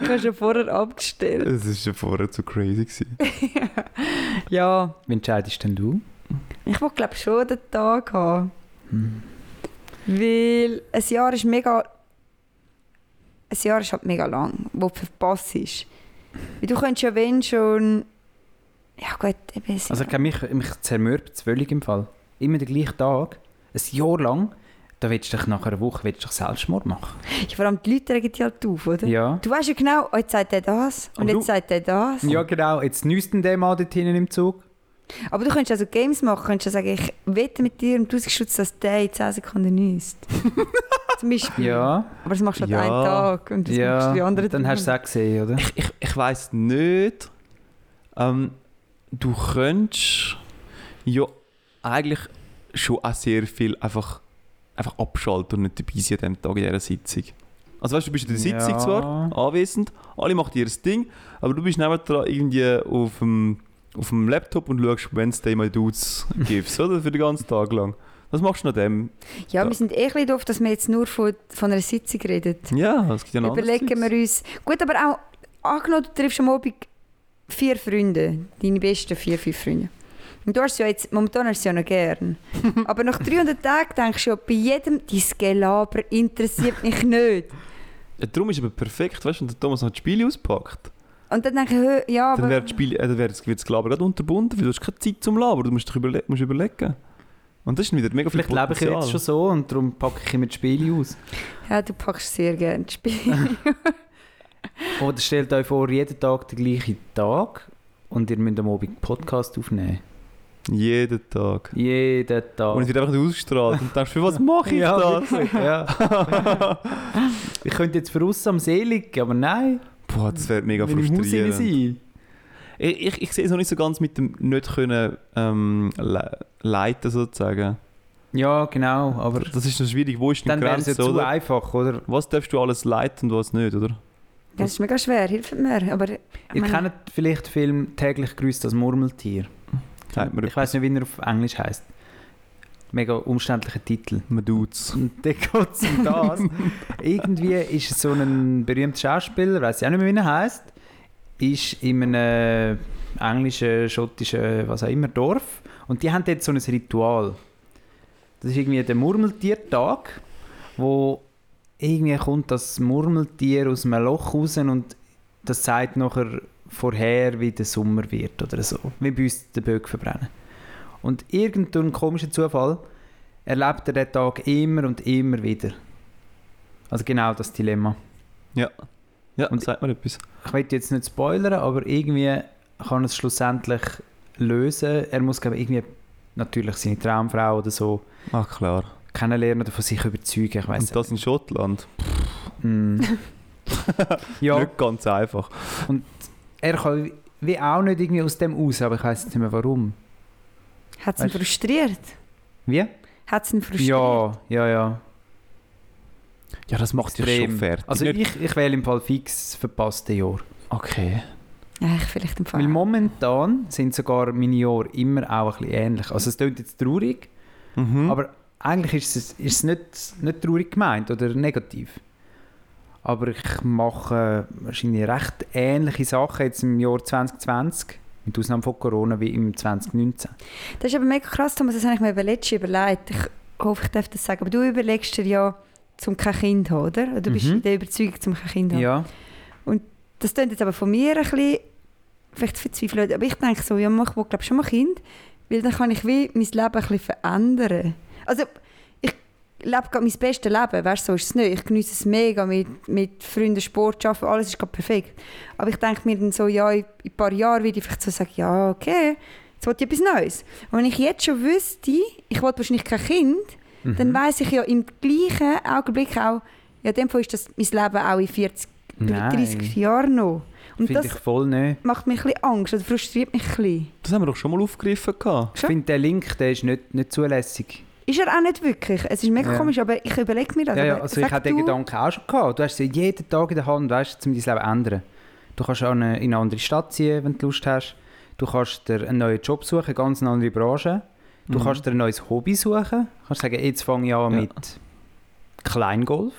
Du hast ja vorher abgestellt. Es ist ja vorher zu crazy gewesen. Ja, Wie entscheidest denn du? ich will glaube schon den Tag haben. Hm. Weil ein Jahr ist mega... Ein Jahr ist halt mega lang, wo du verpasst ist. Weil du könntest ja wenn schon... Ja gut, eben... es- Also ich glaube, mich, mich zermürbt es völlig im Fall. Immer den gleichen Tag, ein Jahr lang, da willst du dich nach einer Woche willst du dich Selbstmord machen. Vor allem die Leute regen dich halt auf, oder? Ja. Du weißt ja genau, oh, jetzt sagt er das und Aber jetzt du- sagt er das. Ja, genau. Jetzt nüsst denn der Mann dort hinten im Zug. Aber du könntest also Games machen, könntest ja sagen, ich wette mit dir und du schützt, dass der in 10 Sekunden niest. Zum Beispiel. Ja. Aber das machst du halt Ja. einen Tag und das machst du die anderen Dann hast du es auch gesehen, oder? Ich, ich, ich weiss nicht. Ähm, du könntest ja eigentlich schon auch sehr viel einfach, einfach abschalten und nicht dabei sein an diesem Tag in dieser Sitzung. Also weißt du, du bist in der Ja. Sitzung zwar anwesend, alle machen ihr Ding, aber du bist nebenan irgendwie auf dem, auf dem Laptop und schaust Wednesday My Dudes GIFs, oder? Für den ganzen Tag lang. Das machst du noch dem. ja, wir sind eh ein bisschen doof, dass wir jetzt nur von, von einer Sitzung reden. Ja, es Genau, gibt ja noch Überlegen wir uns. Gut, aber auch, angenommen, du triffst am Abend vier Freunde, deine besten vier, fünf Freunde. Und du hast es ja jetzt, momentan hast du es ja noch gern. aber nach 300 Tagen denkst du ja, bei jedem, dein Gelaber interessiert mich nicht. Ja, Äh, darum ist aber perfekt, weißt du, wenn der Thomas noch die Spiele auspackt. Und dann denke ich, hö, ja, Dann aber... wird das Spiel- äh, dann wird das- wird das Gelaber gerade unterbunden, weil du hast keine Zeit zum Labern, du musst dich überle musst überlegen. Und das ist wieder mega viel Vielleicht lebe ich ja jetzt schon so und darum packe ich immer die Spiele aus. Ja, du packst sehr gerne das Spiel. Oder stellt euch vor, jeden Tag den gleichen Tag und ihr müsst am Abend einen Podcast aufnehmen. Jeden Tag. Jeden Tag. Und es wird einfach nicht ausgestrahlt. Und du denkst, für was mache ich ja, das? wirklich, ja. ich könnte jetzt draussen am See liegen, aber nein. Boah, das wäre mega ich will im Haus rein frustrierend. sein. Ich, ich, ich sehe es noch nicht so ganz mit dem nicht können ähm, le leiten sozusagen. Ja, genau, aber Das ist noch schwierig. Wo ist die dann wäre es ja Grenze? zu oder? einfach, oder? Was darfst du alles leiten und was nicht, oder? Das ist mega schwer, hilft mir. Aber ich Ihr meine- kennt vielleicht den Film «Täglich grüßt das Murmeltier». Sagt mir ich weiß nicht, wie er auf Englisch heißt. Mega umständlicher Titel. Man tut's. Und dann geht es um das. Irgendwie ist so ein berühmter Schauspieler, weiß ich auch nicht mehr, wie er heißt, ist in einem englischen, schottischen, was auch immer, Dorf. Und die haben dort so ein Ritual. Das ist irgendwie der Murmeltiertag, wo irgendwie kommt das Murmeltier aus einem Loch raus und das sagt nachher vorher, wie der Sommer wird oder so. Wie bei uns den Böck verbrennen. Und irgendein komischer Zufall erlebt er den Tag immer und immer wieder. Also genau das Dilemma. Ja, Und- und sagt mir etwas. Ich will jetzt nicht spoilern, aber irgendwie kann er es schlussendlich lösen. Er muss glaub ich, irgendwie natürlich seine Traumfrau oder so Ach Ah, klar. kennenlernen oder von sich überzeugen. Ich weiß Mm. und das in Schottland. Ja, Nicht ganz einfach. er kann wie auch nicht irgendwie aus dem aus, aber ich weiß jetzt nicht mehr warum. Hat es ihn Weißt- frustriert? Wie? Hat es ihn frustriert? Ja, ja, ja. Ja, das macht dich schon Extrem. fertig. Also Nicht- ich, ich wähle im Fall fix verpasste Jahr. okay. Ja, ich vielleicht im Fall. Weil momentan sind sogar meine Jahre immer auch ein bisschen ähnlich. Also es klingt jetzt traurig, Mhm. Aber eigentlich ist es, ist es nicht, nicht traurig gemeint oder negativ. Aber ich mache wahrscheinlich recht ähnliche Sachen jetzt im Jahr 2020, mit Ausnahme von Corona, wie im 2019. Das ist aber mega krass, Thomas, das habe ich mir über letztes überlegt. Ich hoffe, ich darf das sagen. Aber du überlegst dir ja, zum kein Kind zu haben, oder? Du bist Mhm. in der Überzeugung, zum kein Kind zu Ja. haben. Das klingt jetzt aber von mir ein bisschen, vielleicht verzweifelt, aber ich denke so, ja, ich will glaube schon mal ein Kind, weil dann kann ich wie mein Leben ein bisschen verändern. Also, ich lebe gerade mein bestes Leben, weißt du, so ist es nicht. Ich genieße es mega mit, mit Freunden, Sport, Arbeiten, alles ist gerade perfekt. Aber ich denke mir dann so, ja, in in ein paar Jahren werde ich vielleicht so sagen, ja, okay, jetzt will ich etwas Neues. Und wenn ich jetzt schon wüsste, ich will wahrscheinlich kein Kind, Mhm. dann weiß ich ja im gleichen Augenblick auch, ja, in dem Fall ist das mein Leben auch in 40, Nein. 30 Jahren noch. Und Finde das ich voll nicht. macht mich ein bisschen Angst oder frustriert mich ein bisschen. Das haben wir doch schon mal aufgegriffen. Gehabt. Ich Schon? finde, der Link der ist nicht, nicht zulässig. Ist er auch nicht wirklich. Es ist mega Ja. komisch, aber ich überlege mir das. ja, ja, Aber also ich sag hatte den du- Gedanken auch schon gehabt. Du hast sie jeden Tag in der Hand, weißt du, um dein Leben zu ändern. Du kannst auch eine, in eine andere Stadt ziehen, wenn du Lust hast. Du kannst dir einen neuen Job suchen, eine ganz andere Branche. Du Mhm. kannst dir ein neues Hobby suchen. Du kannst sagen, jetzt fange ich an Ja. mit Kleingolf.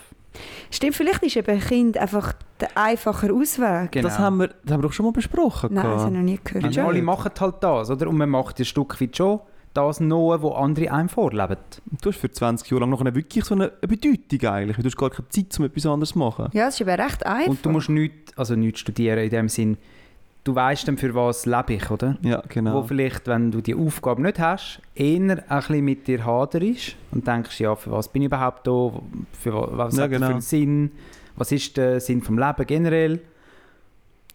Stimmt, vielleicht ist eben ein Kind einfach der einfache Ausweg. Das, haben wir, das haben wir doch schon mal besprochen. Nein, also das habe ich gehabt. noch nie Weil gehört. Ja. alle machen halt das, oder? Und man macht ein Stück weit schon das noch, wo andere einem vorleben. Du hast für 20 Jahre lang noch eine, wirklich so eine eine Bedeutung eigentlich. weil Du hast gar keine Zeit, um etwas anderes zu machen. Ja, es ist eben recht einfach. Und du musst nichts, also nichts studieren in dem Sinn. Du weißt dann, für was lebe ich, oder? Ja, genau. Wo vielleicht, wenn du die Aufgabe nicht hast, eher ein bisschen mit dir haderst und denkst, ja, für was bin ich überhaupt da, für wa- was Ja, hat das genau. für einen Sinn, was ist der Sinn vom Leben generell.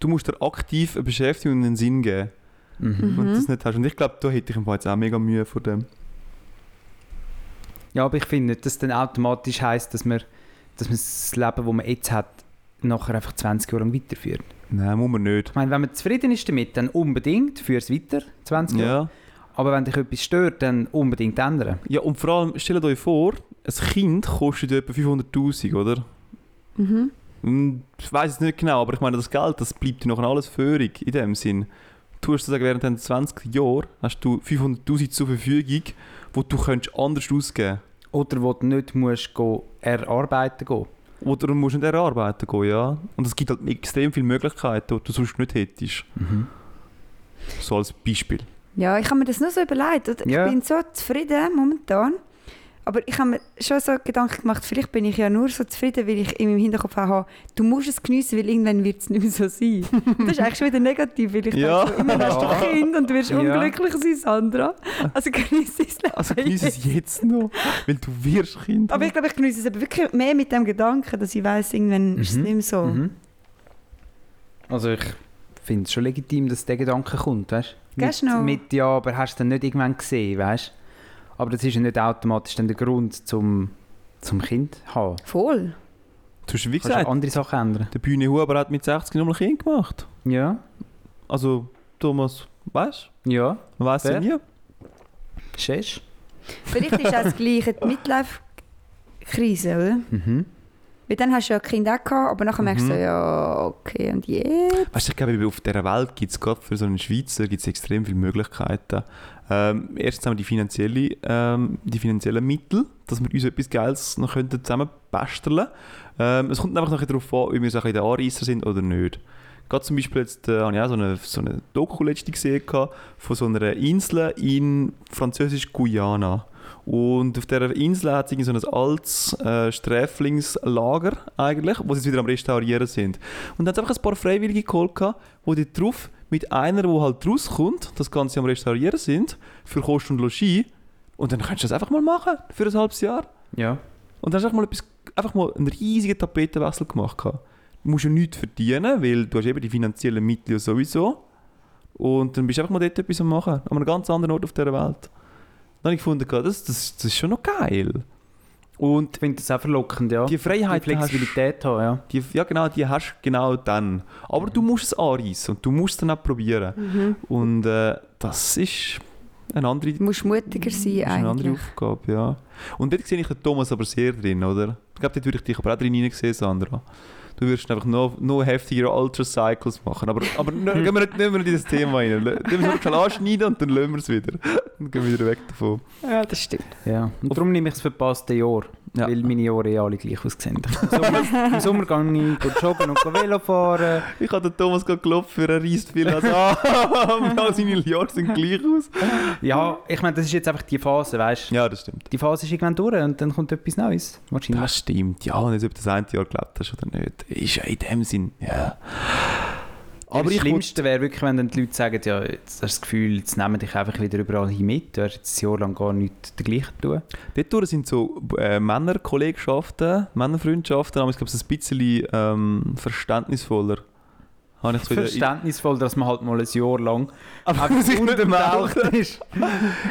du musst dir aktiv eine Beschäftigung und einen Sinn geben, Mhm. wenn du Mhm. das nicht hast. Und ich glaube, da hätte ich im Fall jetzt auch mega Mühe vor dem. Ja, aber ich finde nicht, dass dann automatisch heisst, dass man, dass man das Leben, das man jetzt hat, nachher einfach 20 Jahre lang weiterführt. Nein, muss man nicht. Ich meine, wenn man zufrieden ist damit, dann unbedingt, führ es weiter, 20 Jahre. Ja. Aber wenn dich etwas stört, dann unbedingt ändern. ja, und vor allem, stellt euch vor, ein Kind kostet ja etwa 500'000, oder? Mhm. Und Ich weiß es nicht genau, aber ich meine, das Geld, das bleibt dir nachher alles förig, in dem Sinn. Du hast sozusagen während den 20 Jahren hast du 500'000 zur Verfügung, wo du könntest anders ausgeben Oder wo du nicht musst gehen, erarbeiten gehen. Oder du musst nicht erarbeiten gehen, ja. Und es gibt halt extrem viele Möglichkeiten, die du sonst nicht hättest. So als Beispiel. Ja, ich habe mir das nur so überlegt. Oder? Ja. Ich bin so zufrieden momentan. Aber ich habe mir schon so Gedanken gemacht, vielleicht bin ich ja nur so zufrieden, weil ich in meinem Hinterkopf auch habe, du musst es geniessen, weil irgendwann wird es nicht mehr so sein. das ist eigentlich schon wieder negativ, weil ich Ja. denke, so, immer hast du Ja. ein Kind und du wirst Ja. unglücklich sein, Sandra. Also genieße es Leben. Also genieß es jetzt noch, weil du wirst Kind. Aber ich glaube, ich genieße es aber wirklich mehr mit dem Gedanken, dass ich weiß, irgendwann ist es Mhm. nicht mehr so. Mhm. Also ich finde es schon legitim, dass der Gedanke kommt, weißt? Gehst Mit, du noch? mit, ja, aber hast du dann nicht irgendwann gesehen, weißt Aber das ist ja nicht automatisch dann der Grund zum, zum Kind zu haben. Voll. Du hast, Du wie kannst gesagt, auch andere Sachen ändern. der Bühne Huber hat mit 60 nochmal ein Kind gemacht. Ja, Also, Thomas, weißt ja, du? Man weiß ja Wer? nie. schätzt. Vielleicht ist das gleiche die Midlife-Krise, oder? Mhm. Weil dann hast du ja Kinder auch gehabt, aber nachher merkst du, so, Mhm. ja, okay, und jetzt? Weißt du, ich glaube, auf dieser Welt gibt es gerade für so einen Schweizer gibt's extrem viele Möglichkeiten. Ähm, erstens haben wir die, finanzielle, ähm, die finanziellen Mittel, dass wir uns etwas Geiles noch könnten zusammen basteln ähm, Es kommt einfach nachher darauf an, ob wir so ein bisschen der Anreisser sind oder nicht. Gerade zum Beispiel jetzt äh, habe ich auch so eine, so eine Doku letzte gesehen gehabt, von so einer Insel in französisch Guyana. Und auf dieser Insel hat es irgendwie so ein altes äh, Sträflingslager eigentlich, wo sie jetzt wieder am Restaurieren sind. Und dann hat einfach ein paar Freiwillige geholt, gehabt, die dort drauf mit einer, die halt rauskommt, das Ganze am Restaurieren sind, für Kost und Logis. Und dann kannst du das einfach mal machen, für ein halbes Jahr. Ja. Und dann hast du einfach mal, etwas, einfach mal einen riesigen Tapetenwechsel gemacht. gehabt. Du musst ja nichts verdienen, weil du hast eben die finanziellen Mittel ja sowieso. Und dann bist du einfach mal dort etwas am machen, an einem ganz anderen Ort auf dieser Welt. Dann habe ich gefunden, gehabt, das, das, das ist schon noch geil. Und Ich finde das auch verlockend, ja. Die, die Freiheit Flexibilität haben, ja. die, ja genau, die hast du genau dann. Aber du musst es anreißen und du musst es dann auch probieren. Und äh, das ist eine andere, Du musst mutiger sein Mhm, ist eine andere eigentlich. Aufgabe, ja. Und dort sehe ich den Thomas aber sehr drin, oder? Ich glaube, dort würde ich dich aber auch drin hineinsehen, Sandra. Du wirst einfach noch, noch heftigere Ultracycles machen. Aber, aber ne, gehen wir nicht, nehmen wir nicht in das Thema rein. Lö- Dann müssen wir schnell anschneiden und dann lösen wir es wieder. Dann gehen wir wieder weg davon. Ja, das stimmt. ja. Und darum nehme ich das verpasste Jahr, Ja. weil meine Jahre ja alle gleich aussehen. Im Sommer, im Sommer gehe ich gut joggen und gehe Velo fahren. Ich habe den Thomas gerade gelobt für einen Reisfilm. Also, ah, all seine Jahre sehen gleich aus. Ja, ich meine, das ist jetzt einfach die Phase, weißt du. Ja, das stimmt. Die Phase ist irgendwann durch und dann kommt etwas Neues. Wahrscheinlich. Das stimmt, ja. Und jetzt, ob du das eine Jahr gelebt hast oder nicht, ist ja in dem Sinn, ja. Aber Aber das ich muss, Schlimmste wäre wirklich, wenn dann die Leute sagen, ja, jetzt hast du das Gefühl, jetzt nehmen dich einfach wieder überall hin mit. Du hast jetzt ein Jahr lang gar nichts dergleichen zu tun. dort sind so äh, Männerkollegschaften, Männerfreundschaften, aber ich glaube, es ist ein bisschen ähm, verständnisvoller. Habe ich so in der- Verständnisvoll, dass man halt mal ein Jahr lang Aber einfach sich nicht untertaucht melden. ist.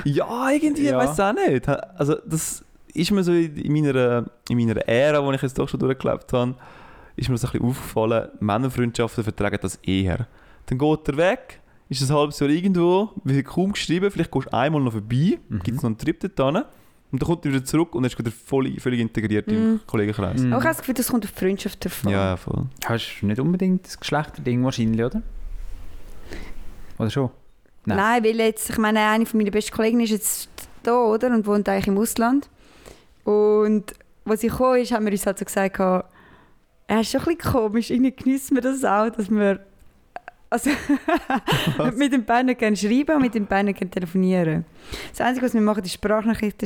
Ja, irgendwie, Ja. ich weiß auch nicht. Also, das ist mir so in meiner, in meiner Ära, wo ich jetzt doch schon durchgelebt habe, ist mir das ein bisschen aufgefallen, Männerfreundschaften vertragen das eher. Dann geht er weg, ist ein halbes Jahr irgendwo, wird kaum geschrieben, vielleicht gehst du einmal noch vorbei, Mhm. gibt es noch einen Trip dort hin, und dann kommt er wieder zurück und dann ist wieder voll, völlig integriert im Kollegenkreis. Mhm. Aber ich habe das Gefühl, das kommt auf die Freundschaft davon. Ja, voll. Hast du nicht unbedingt das Geschlechterding wahrscheinlich, oder? Oder schon? Nein. Nein. weil jetzt, ich meine, eine von meiner besten Kollegen ist jetzt da, oder? Und wohnt eigentlich im Ausland. Und als ich gekommen ist, haben wir uns halt so gesagt, gehabt, er ist schon ein bisschen komisch, irgendwie geniessen wir das auch, dass wir also mit dem Berner gerne schreiben und mit dem Berner gerne telefonieren. Das Einzige, was wir machen, ist Sprachnachrichten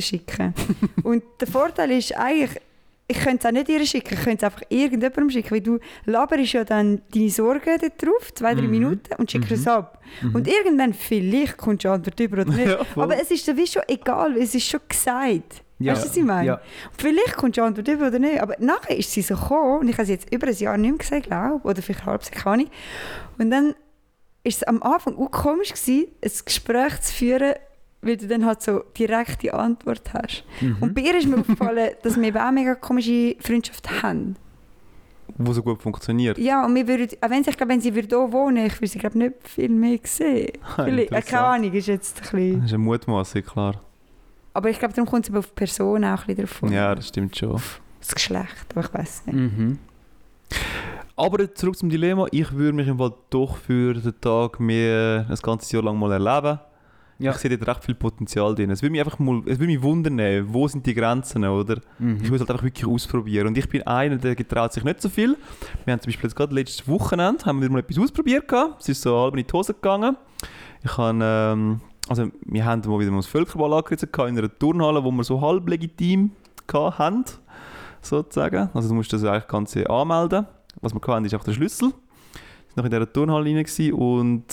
schicken. und der Vorteil ist eigentlich, ich könnte es auch nicht ihr schicken, ich könnte es einfach irgendjemandem schicken, weil du laberst ja dann deine Sorgen dort drauf, zwei, drei Mhm. Minuten und schickst es ab. Und irgendwann vielleicht kommst du eine Antwort über oder nicht. Ja, voll. Aber es ist dann wie schon egal, weil es ist schon gesagt. Ja. Weißt du, was ich meine? Ja. Vielleicht kommst du eine Antwort über oder nicht. Aber nachher ist sie so gekommen und ich habe sie jetzt über ein Jahr nicht mehr gesehen, glaube ich. Oder vielleicht halb, keine Ahnung. Und dann ist es am Anfang auch komisch gewesen, ein Gespräch zu führen, weil du dann halt so direkte Antwort hast. Mhm. Und bei ihr ist mir aufgefallen, dass wir eben auch mega komische Freundschaft haben. Wo so gut funktioniert. Ja, und wir würden, auch wenn sie, ich glaube, wenn sie würde hier wohnen, ich würde sie glaube nicht viel mehr sehen. Vielleicht, äh, keine interessant. Ahnung, ist jetzt ein bisschen... Das ist eine Mutmaße, klar. Aber ich glaube, darum kommt es eben auf die Person auch ein bisschen drauf an. Ja, das stimmt schon. Das Geschlecht, aber ich weiß nicht. Mhm. Aber zurück zum Dilemma. Ich würde mich im Fall doch für den Tag mehr ein ganzes Jahr lang mal erleben. Ja. Ich sehe dort recht viel Potenzial drin. Es würde mich einfach mal, es würde mich wundern, wo sind die Grenzen, oder? Ich Mhm. muss halt einfach wirklich ausprobieren. Und ich bin einer, der getraut sich nicht so viel. Wir haben zum Beispiel jetzt gerade letztes Wochenende haben wir mal etwas ausprobiert. gehabt. Es ist so halb in die Hose gegangen. Ich habe, ähm, also wir haben mal wieder mal das Völkerball angerissen gehabt in einer Turnhalle, wo wir so halb legitim gehabt haben, sozusagen. Also du musst das eigentlich ganz anmelden. Was wir gehabt haben, ist auch der Schlüssel. Ich war noch in dieser Turnhalle rein gewesen und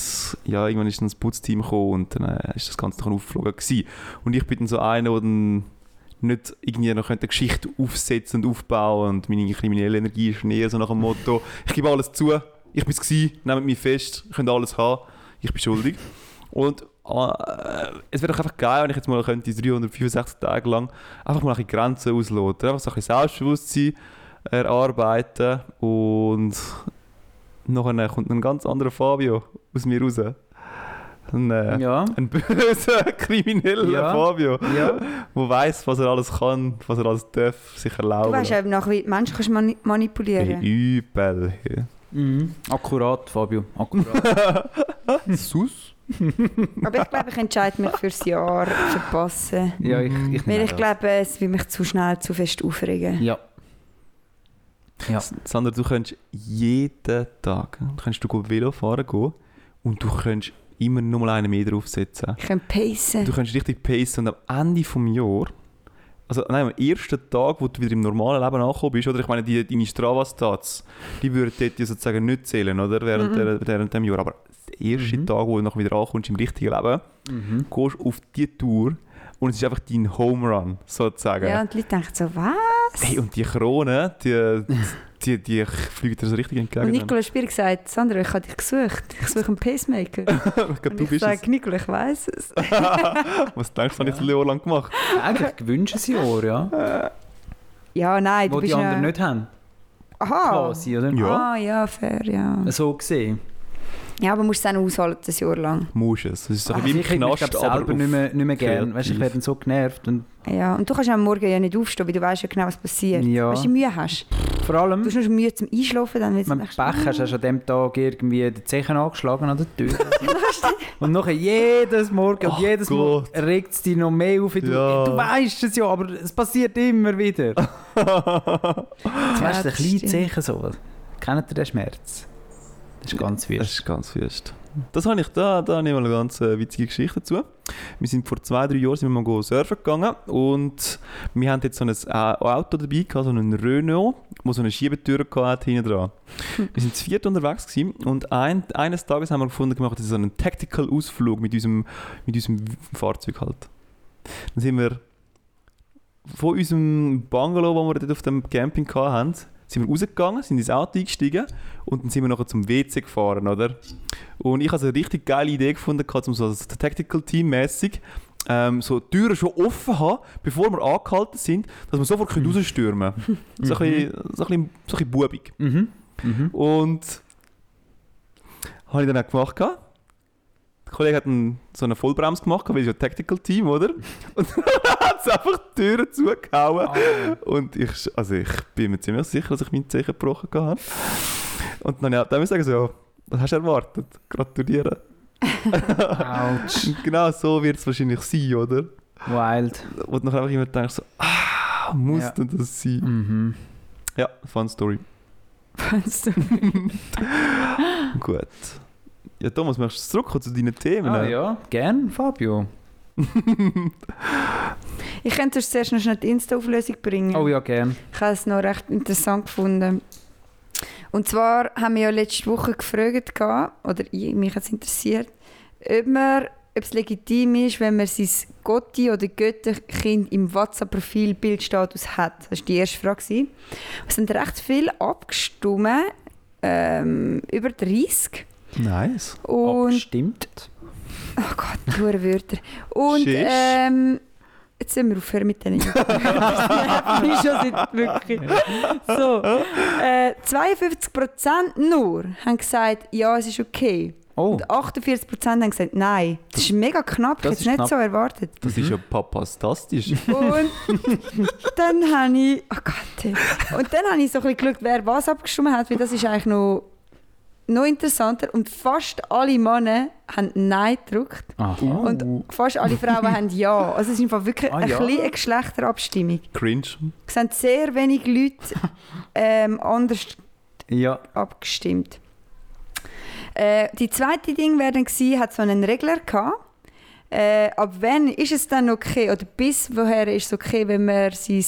ja, irgendwann ist dann das Putzteam gekommen und dann äh, ist das Ganze noch aufgeflogen. Gewesen. Und ich bin dann so einer, der dann nicht irgendwie noch eine Geschichte aufsetzen und aufbauen und meine kriminelle Energie ist näher so nach dem Motto, ich gebe alles zu, ich bin es gewesen, nehmt mich fest, ihr könnt alles haben, ich bin schuldig. Und äh, es wäre doch einfach geil, wenn ich jetzt mal könnte, 365 Tage lang einfach mal ein bisschen Grenzen ausloten. Einfach so ein bisschen Selbstbewusstsein erarbeiten und nachher kommt ein ganz anderer Fabio aus mir raus. Ein, äh, Ja, ein böser, krimineller Ja. Fabio, ja. der weiß, was er alles kann, was er alles darf, sich Du erlauben. weißt eben nachher, wie die Menschen kannst mani manipulieren. Ey, Übel. ja. Mhm. Akkurat, Fabio. Akkurat. Sus? Aber ich glaube, ich entscheide mich fürs Jahr verpassen. ja, ich, ich Genau. Weil nehme ich das. glaube, es will mich zu schnell zu fest aufregen. Ja. Ja. Sander, du könntest jeden Tag kannst du go Velo fahren gehen und du könst immer nur mal einen mehr draufsetzen. Ich kann pacen. Du kannst richtig pacen und am Ende vom Jahr, also nein, am ersten Tag, wo du wieder im normalen Leben angekommen bist, oder ich meine, die, deine Strava-Stats, die würden dort ja sozusagen nicht zählen, oder? Während, der, während dem Jahr. Aber der erste Mhm. Tag, wo du noch wieder ankommst im richtigen Leben, gehst du auf die Tour und es ist einfach dein Home Run, sozusagen. Ja, und die Leute denken so, was? Hey, und die Krone, die, die, die fliegt dir so richtig entgegen. Und Nicola Spier gesagt, Sandra, ich habe dich gesucht. Ich suche einen Pacemaker. Und du ich bist es. sage, Nicola, ich weiß es. Was denkst du, habe ich das Jahr lang gemacht? Eigentlich gewünsche es Jahr, ja. Ja, nein, Wo du bist die anderen ja... nicht haben. Aha. Quasi, oder? Ah. Ja. Ah, ja, fair, ja. So gesehen. Ja, aber musst du es dann aushalten, das Jahr lang. Muss es. Das ist so ein Also bisschen ich wie im hätte mich Knast, glaub, aber selber auf- nicht mehr, nicht mehr gern. Weißt, ich kreativ. werde dann so genervt. Und Ja, und du kannst am Morgen ja nicht aufstehen, weil du weißt ja genau, was passiert. Ja. Weißt du, Mühe hast. vor allem, Du hast nur Mühe zum Einschlafen, dann wird wenn du Pech hast, hast du an dem Tag irgendwie den Zechen angeschlagen an der Tür. und nachher jedes Morgen und Ach jedes Mal Gott. regt es dich noch mehr auf. Du, Ja. du weißt es ja, aber es passiert immer wieder. Jetzt weißt du, das der kleine stimmt. Zechen sowas. Kennt ihr den Schmerz? Das ist ganz Das wichtig. ist ganz fest. Das habe ich da, da habe ich mal eine ganz äh, witzige Geschichte dazu. Wir sind vor zwei, drei Jahren sind wir mal go surfen gegangen und wir haben jetzt so ein äh, Auto dabei, gehabt, so einen Renault, wo so eine Schiebetür hatte hinten dran. Wir sind zu viert unterwegs gewesen und ein, eines Tages haben wir gefunden, wir machen jetzt so einen Tactical-Ausflug mit unserem, mit unserem Fahrzeug halt. Dann sind wir von unserem Bungalow, wo wir dort auf dem Camping hatten, sind wir rausgegangen, sind ins Auto eingestiegen und dann sind wir nachher zum WC gefahren, oder? Und ich habe so eine richtig geile Idee gefunden, gehabt, um so als Tactical Team mäßig ähm, so die Türen schon offen haben, bevor wir angehalten sind, dass wir sofort können rausstürmen können. So, ein bisschen- so ein bisschen- so ein bisschen bubig. Mhm. Mhm. Und habe ich dann auch gemacht. gehabt. Der Kollege hat einen, so eine Vollbremse gemacht, weil es ist ja ein Tactical Team, oder? Und dann hat es einfach die Türen zugehauen. Und ich, also ich bin mir ziemlich sicher, dass ich meinen Zeichen gebrochen habe. Und dann, ja, dann muss ich sagen, so, ja, was hast du erwartet? Gratulieren. Autsch. Und genau so wird es wahrscheinlich sein, oder? Wild. Und dann einfach immer denkst, so, ah, muss Ja. denn das sein? Mhm. Ja, Fun Story. Weißt du? Gut. Ja, Thomas, möchtest du zurückkommen zu deinen Themen? Ah, ja, gern, Fabio. Ich könnte uns zuerst noch schnell die Insta-Auflösung bringen. Oh ja, gern. Ich habe es noch recht interessant gefunden. Und zwar haben wir ja letzte Woche gefragt, gehabt, oder ich- mich hat es interessiert, ob, man, ob es legitim ist, wenn man sein Gotti- oder Götterkind im WhatsApp-Profil-Bildstatus hat. Das war die erste Frage. gewesen. Es sind recht viele abgestimmt, ähm, über 30. Nice. Und Abgestimmt. Oh Gott, pure Wörter. Und Schisch. ähm, jetzt sind wir aufhören mit denen. Ich schon seit wirklich. So, äh, 52% nur haben gesagt, ja, es ist okay. Oh, Und 48% haben gesagt, nein. Das ist mega knapp, Das ich hätte es ist nicht knapp. so erwartet. Das ist ja Mhm. papastastisch. Und dann habe ich. Oh Gott. ey. Und dann habe ich so ein bisschen geschaut, wer was abgestimmt hat, weil das ist eigentlich noch, noch interessanter. Und fast alle Männer haben Nein gedrückt. aha. Und fast alle Frauen haben Ja. Also es ist einfach wirklich Ah, ein ja. bisschen eine Geschlechterabstimmung. Cringe. Es sind sehr wenig Leute ähm, anders Ja, abgestimmt. Äh, die zweite Ding wäre dann gewesen, hat so einen Regler gehabt. Äh, ab wann ist es dann okay oder bis woher ist es okay, wenn man, sein,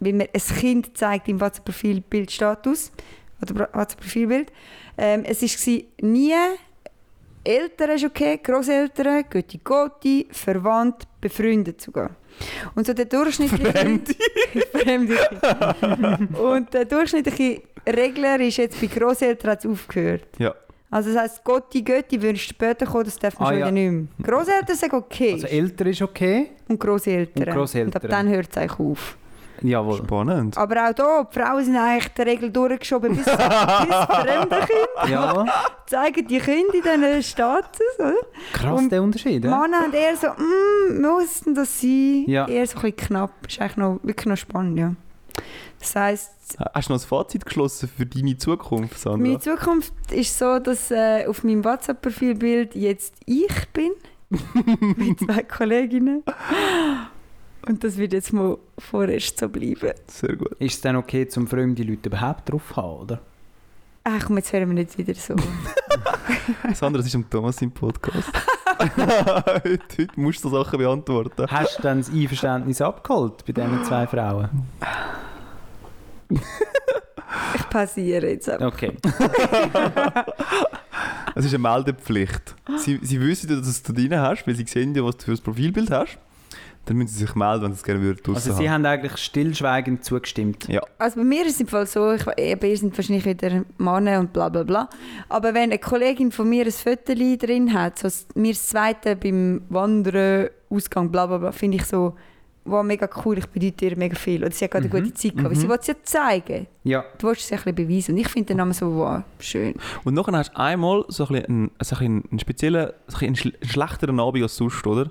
wenn man ein Kind zeigt im WhatsApp-Profilbildstatus oder Pro- WhatsApp-Profilbild? Ähm, es war gewesen, nie Eltern ist okay, Großeltern, Götti Gotti, Verwandt, befreundet sogar. Und so der durchschnittliche Fremde. Und der durchschnittliche Regler ist jetzt bei Großeltern hat's aufgehört. Ja. Also das heisst, Gotti, Götti würdest du später kommen, das darf man Ah, schon ja. wieder nicht mehr. Grosseltern sagen okay Also älter ist okay. und Grosseltern. Und Grosseltern. ab dann hört es eigentlich auf. Jawohl. Spannend. Aber auch hier, die Frauen sind eigentlich die Regel durchgeschoben bis, bis fremde Kinder. Ja, Zeigen die Kinder in diesen Status, oder? krass Und der Unterschied. Ja? Männer haben eher so, mm, muss denn das sein? Ja. Eher so ein bisschen knapp. Ist eigentlich noch, wirklich noch spannend, ja. Das heisst, Hast du noch ein Fazit geschlossen für deine Zukunft, Sandra? meine Zukunft ist so, dass äh, auf meinem WhatsApp-Profilbild jetzt ich bin. mit zwei Kolleginnen. Und das wird jetzt mal vorerst so bleiben. Sehr gut. Ist es dann okay, zum fremde Leute überhaupt drauf zu haben, oder? Ach komm, jetzt hören wir nicht wieder so. Sandra, es ist am Thomas im Podcast. heute, heute musst du Sachen beantworten. Hast du dann das Einverständnis abgeholt bei diesen zwei Frauen? Ich passiere jetzt ab. Okay. Es ist eine Meldepflicht. Sie, sie wissen ja, dass du es da drin hast, weil sie sehen ja, was du für ein Profilbild hast. Dann müssen sie sich melden, wenn sie es gerne würden. Also draussen sie haben haben. eigentlich stillschweigend zugestimmt. Also bei mir ist es im Fall so, ich, eben, ihr sind wahrscheinlich wieder Männer und bla bla bla. Aber wenn eine Kollegin von mir ein Foto drin hat, so s- mir das zweite beim Wandern, Ausgang, bla bla bla, finde ich so, wow, mega cool, ich bedeute ihr mega viel. Oder sie hat gerade eine Mhm. gute Zeit gehabt, aber sie will es ja zeigen. Ja. Du willst es ja ein bisschen beweisen. Und ich finde den Namen so, wow, schön. Und nachher hast du einmal so ein bisschen einen, so ein bisschen einen speziellen, so ein bisschen einen schl- einen schlechteren Abend als sonst, oder?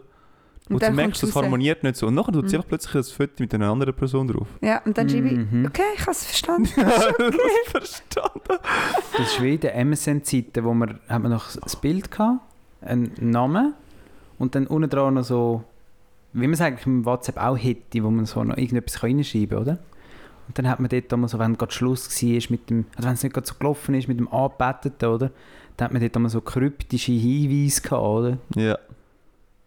Und Und, du dann merkst, kommt's das raus. Mhm. harmoniert nicht so. Und nachher tut sie einfach plötzlich das Foto mit einer anderen Person drauf. Ja, und dann schreibe Mhm. ich, okay, ich habe es verstanden. das verstanden. Das ist wie in der MSN-Zeiten, wo man, hat man noch das Bild gehabt, einen Namen und dann unten dran noch so, wie man es eigentlich im WhatsApp auch hätte, wo man so noch irgendetwas kann reinschreiben kann, oder? Und dann hat man dort einmal so, wenn gerade Schluss war mit dem, also wenn es nicht gerade so gelaufen ist mit dem Anbeteten, oder? Dann hat man dort einmal so kryptische Hinweise gehabt, oder? Ja,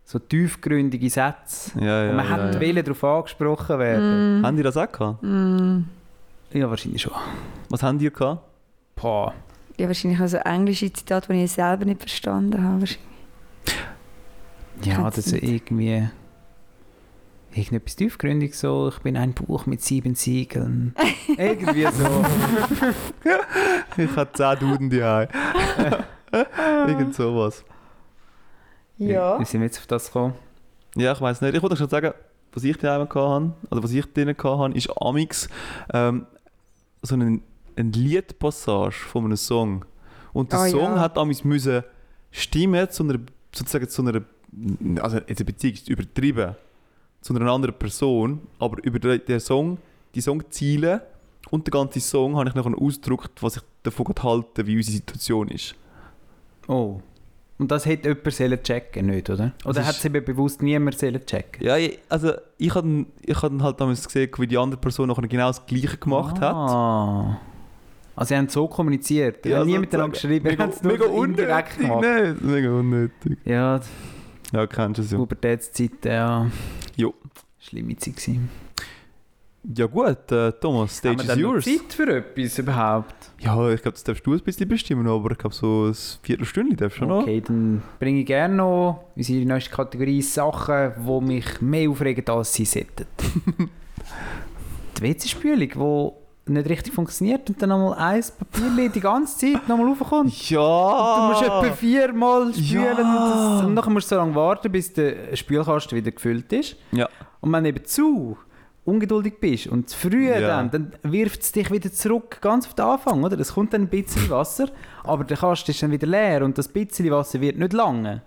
So tiefgründige Sätze. ja, ja. und man ja, hat ja. wollen darauf angesprochen werden. Mhm. Haben die das auch gehabt? Ja, wahrscheinlich schon. Was haben die gehabt? Boah. Ja, wahrscheinlich auch so englische Zitate, die ich selber nicht verstanden habe. wahrscheinlich. Ja, Kann's das ist nicht. irgendwie. Irgendetwas tiefgründig so, ich bin ein Buch mit sieben Siegeln. Irgendwie so. Ich habe 10 Duden die Irgend sowas. Wie sind wir jetzt auf das gekommen? Ja, ich weiß nicht. Ich wollte schon sagen, was ich daheim gehabt habe, oder was ich drinnen gehabt habe, ist Amix ähm, so ein, ein Liedpassage von einem Song. Und der Ah, ja. Song hat Amix müssen stimmen zu einer, sozusagen zu einer, also jetzt eine Beziehung ist übertrieben, zu einer anderen Person, aber über den, den Song, die Songziele und den ganzen Song habe ich nachher ausgedrückt, was ich davon gerade halte, wie unsere Situation ist. Oh. Und das hätte jemand sollen checken nicht, oder? Oder ist- hat es eben bewusst niemand sollen checken? Ja, ich- also ich habe ich hab halt damals gesehen, wie die andere Person nachher genau das Gleiche gemacht hat. ah. Also, sie haben so kommuniziert. Ja, haben nie miteinander geschrieben, Mega, haben es nur also, mega indirekt unnötig, gemacht. nicht? Mega unnötig. Ja, die Ja, kennst du es ja. Pubertätszeit, ja. Jo. Schlimme Zeit gewesen. Ja gut, äh, Thomas, Haben Stage wir is dann noch yours. Zeit für etwas überhaupt? Ja, ich glaube, das darfst du ein bisschen bestimmen, aber ich glaube, so ein Viertelstündchen darfst du noch. Okay, dann bringe ich gerne noch unsere neueste Kategorie Sachen, die mich mehr aufregen, als sie sollten. die WC-Spülung, die nicht richtig funktioniert und dann nochmal ein Papier die ganze Zeit nochmal raufkommt. Du Ja! musst etwa viermal spülen Ah. Ja. und, das, und nachher musst du so lange warten, bis der Spülkasten wieder gefüllt ist. Ja. Und wenn du eben zu ungeduldig bist und zu früh Ja. dann, dann wirft es dich wieder zurück, ganz auf den Anfang, oder? Es kommt dann ein bisschen Wasser, aber der Kasten ist dann wieder leer und das bisschen Wasser wird nicht lange.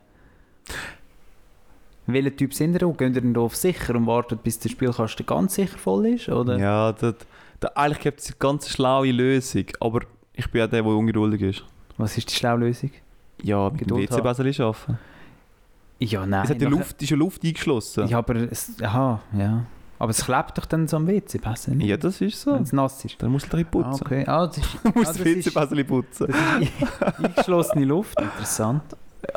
Welcher Typ sind ihr? Geht ihr denn auf sicher und wartet, bis der Spülkasten ganz sicher voll ist? Oder? Ja, das, das, eigentlich gibt es eine ganz schlaue Lösung, aber ich bin auch der, der ungeduldig ist. Was ist die Schlaulösung? Ja, mit Geduld dem WC besser arbeiten. Ja, nein. Es hat die nachher- Luft, ist ja Luft eingeschlossen. Ja, aber es, aha, ja. Aber es klebt doch dann so am WC, besser nicht? Ja, das ist so. Wenn es nass ist. Dann musst du ein bisschen putzen. Ah, okay. Ah, das ist, Du musst Ah, das das ist- WC-Bäseli putzen. das ist eingeschlossene Luft. Interessant.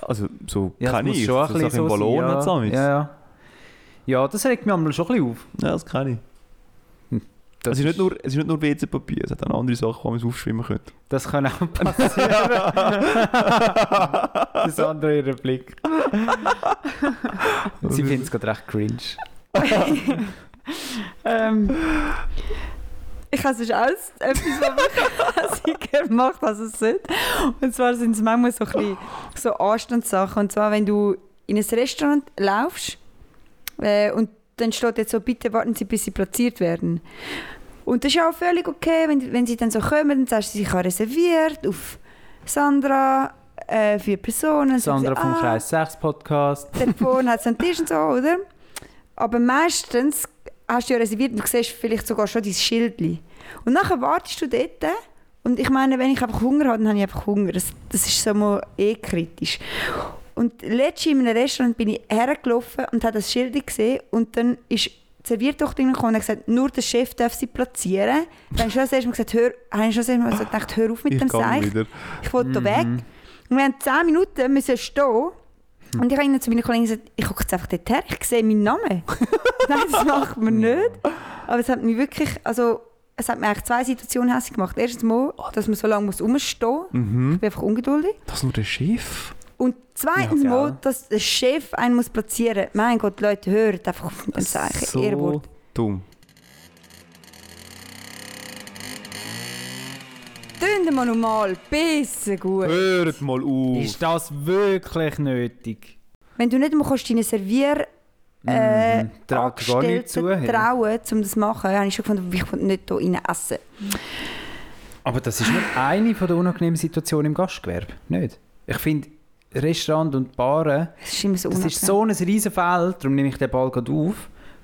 Also, so Ja, das kann muss ich. schon ein so bisschen Sachen so im sein, Ballon hat's ja. amigs. ja, ja. Ja, das regt mich einmal schon ein bisschen auf. Ja, das kann ich. Das, es, ist Also nicht nur, es ist nicht nur WC-Papier, es hat auch andere Sachen, die man aufschwimmen könnte. das kann auch passieren. das andere ihren Blick. Also, Sie finden es gerade recht cringe. Ähm, Ich habe sonst auch etwas, was mich hässiger macht, als es sollte. Und zwar sind es manchmal so, ein bisschen, so Anstandssachen. Und zwar, wenn du in ein Restaurant laufst äh, und dann steht jetzt so, bitte warten Sie, bis Sie platziert werden. Und das ist ja auch völlig okay, wenn, wenn sie dann so kommen, dann sagst du, ich habe reserviert auf Sandra, äh, vier Personen. Dann Sandra sagt sie, vom ah, Kreis 6 Podcast. dort vorne hat es einen Tisch und so, oder? Aber meistens hast du ja reserviert und du siehst vielleicht sogar schon dein Schild. Und nachher wartest du dort. Und ich meine, wenn ich einfach Hunger habe, dann habe ich einfach Hunger. Das, das ist so mal eh kritisch. Und letztens in einem Restaurant bin ich hergelaufen und habe das Schild gesehen. Und dann ist die Serviertochter gekommen und hat gesagt, nur der Chef darf sie platzieren. Dann habe ich schon das erste Mal gesagt, hör, habe ich schon das erste Mal so gedacht, hör auf mit Ich dem gehe Seich. wieder. Ich wollte Mhm. da weg. Und wir haben 10 Minuten müssen stehen. Hm. Und ich habe ihnen zu meinen Kollegen gesagt, ich gucke jetzt einfach dort her, ich sehe meinen Namen. Nein, das macht man nicht. Aber es hat mich wirklich, also es hat mir eigentlich zwei Situationen hässlich gemacht. Erstens mal, dass man so lange muss rumstehen muss. Mhm. Ich bin einfach ungeduldig. Das ist nur der Chef. Und zweitens Ja, mal, gell. dass der Chef einen muss platzieren muss. Mein Gott, Leute, hört einfach auf mit dem Zeichen. So Ehrenwort. dumm. Tönt mal normal, besser gut. Hört mal auf. Äh. Ist das wirklich nötig? Wenn du nicht mal kannst, deine Servier äh, Mhm. trag gar nicht zu, Angestellten hey. trauen, um das zu machen, habe ich schon gefunden, ich will nicht hier rein essen. Aber das ist nur eine von der unangenehmen Situationen im Gastgewerbe. Nicht? Ich finde, Restaurant und Baren, Das ist immer so das unangenehm. ist so ein riesen Feld, darum nehme ich den Ball gerade auf,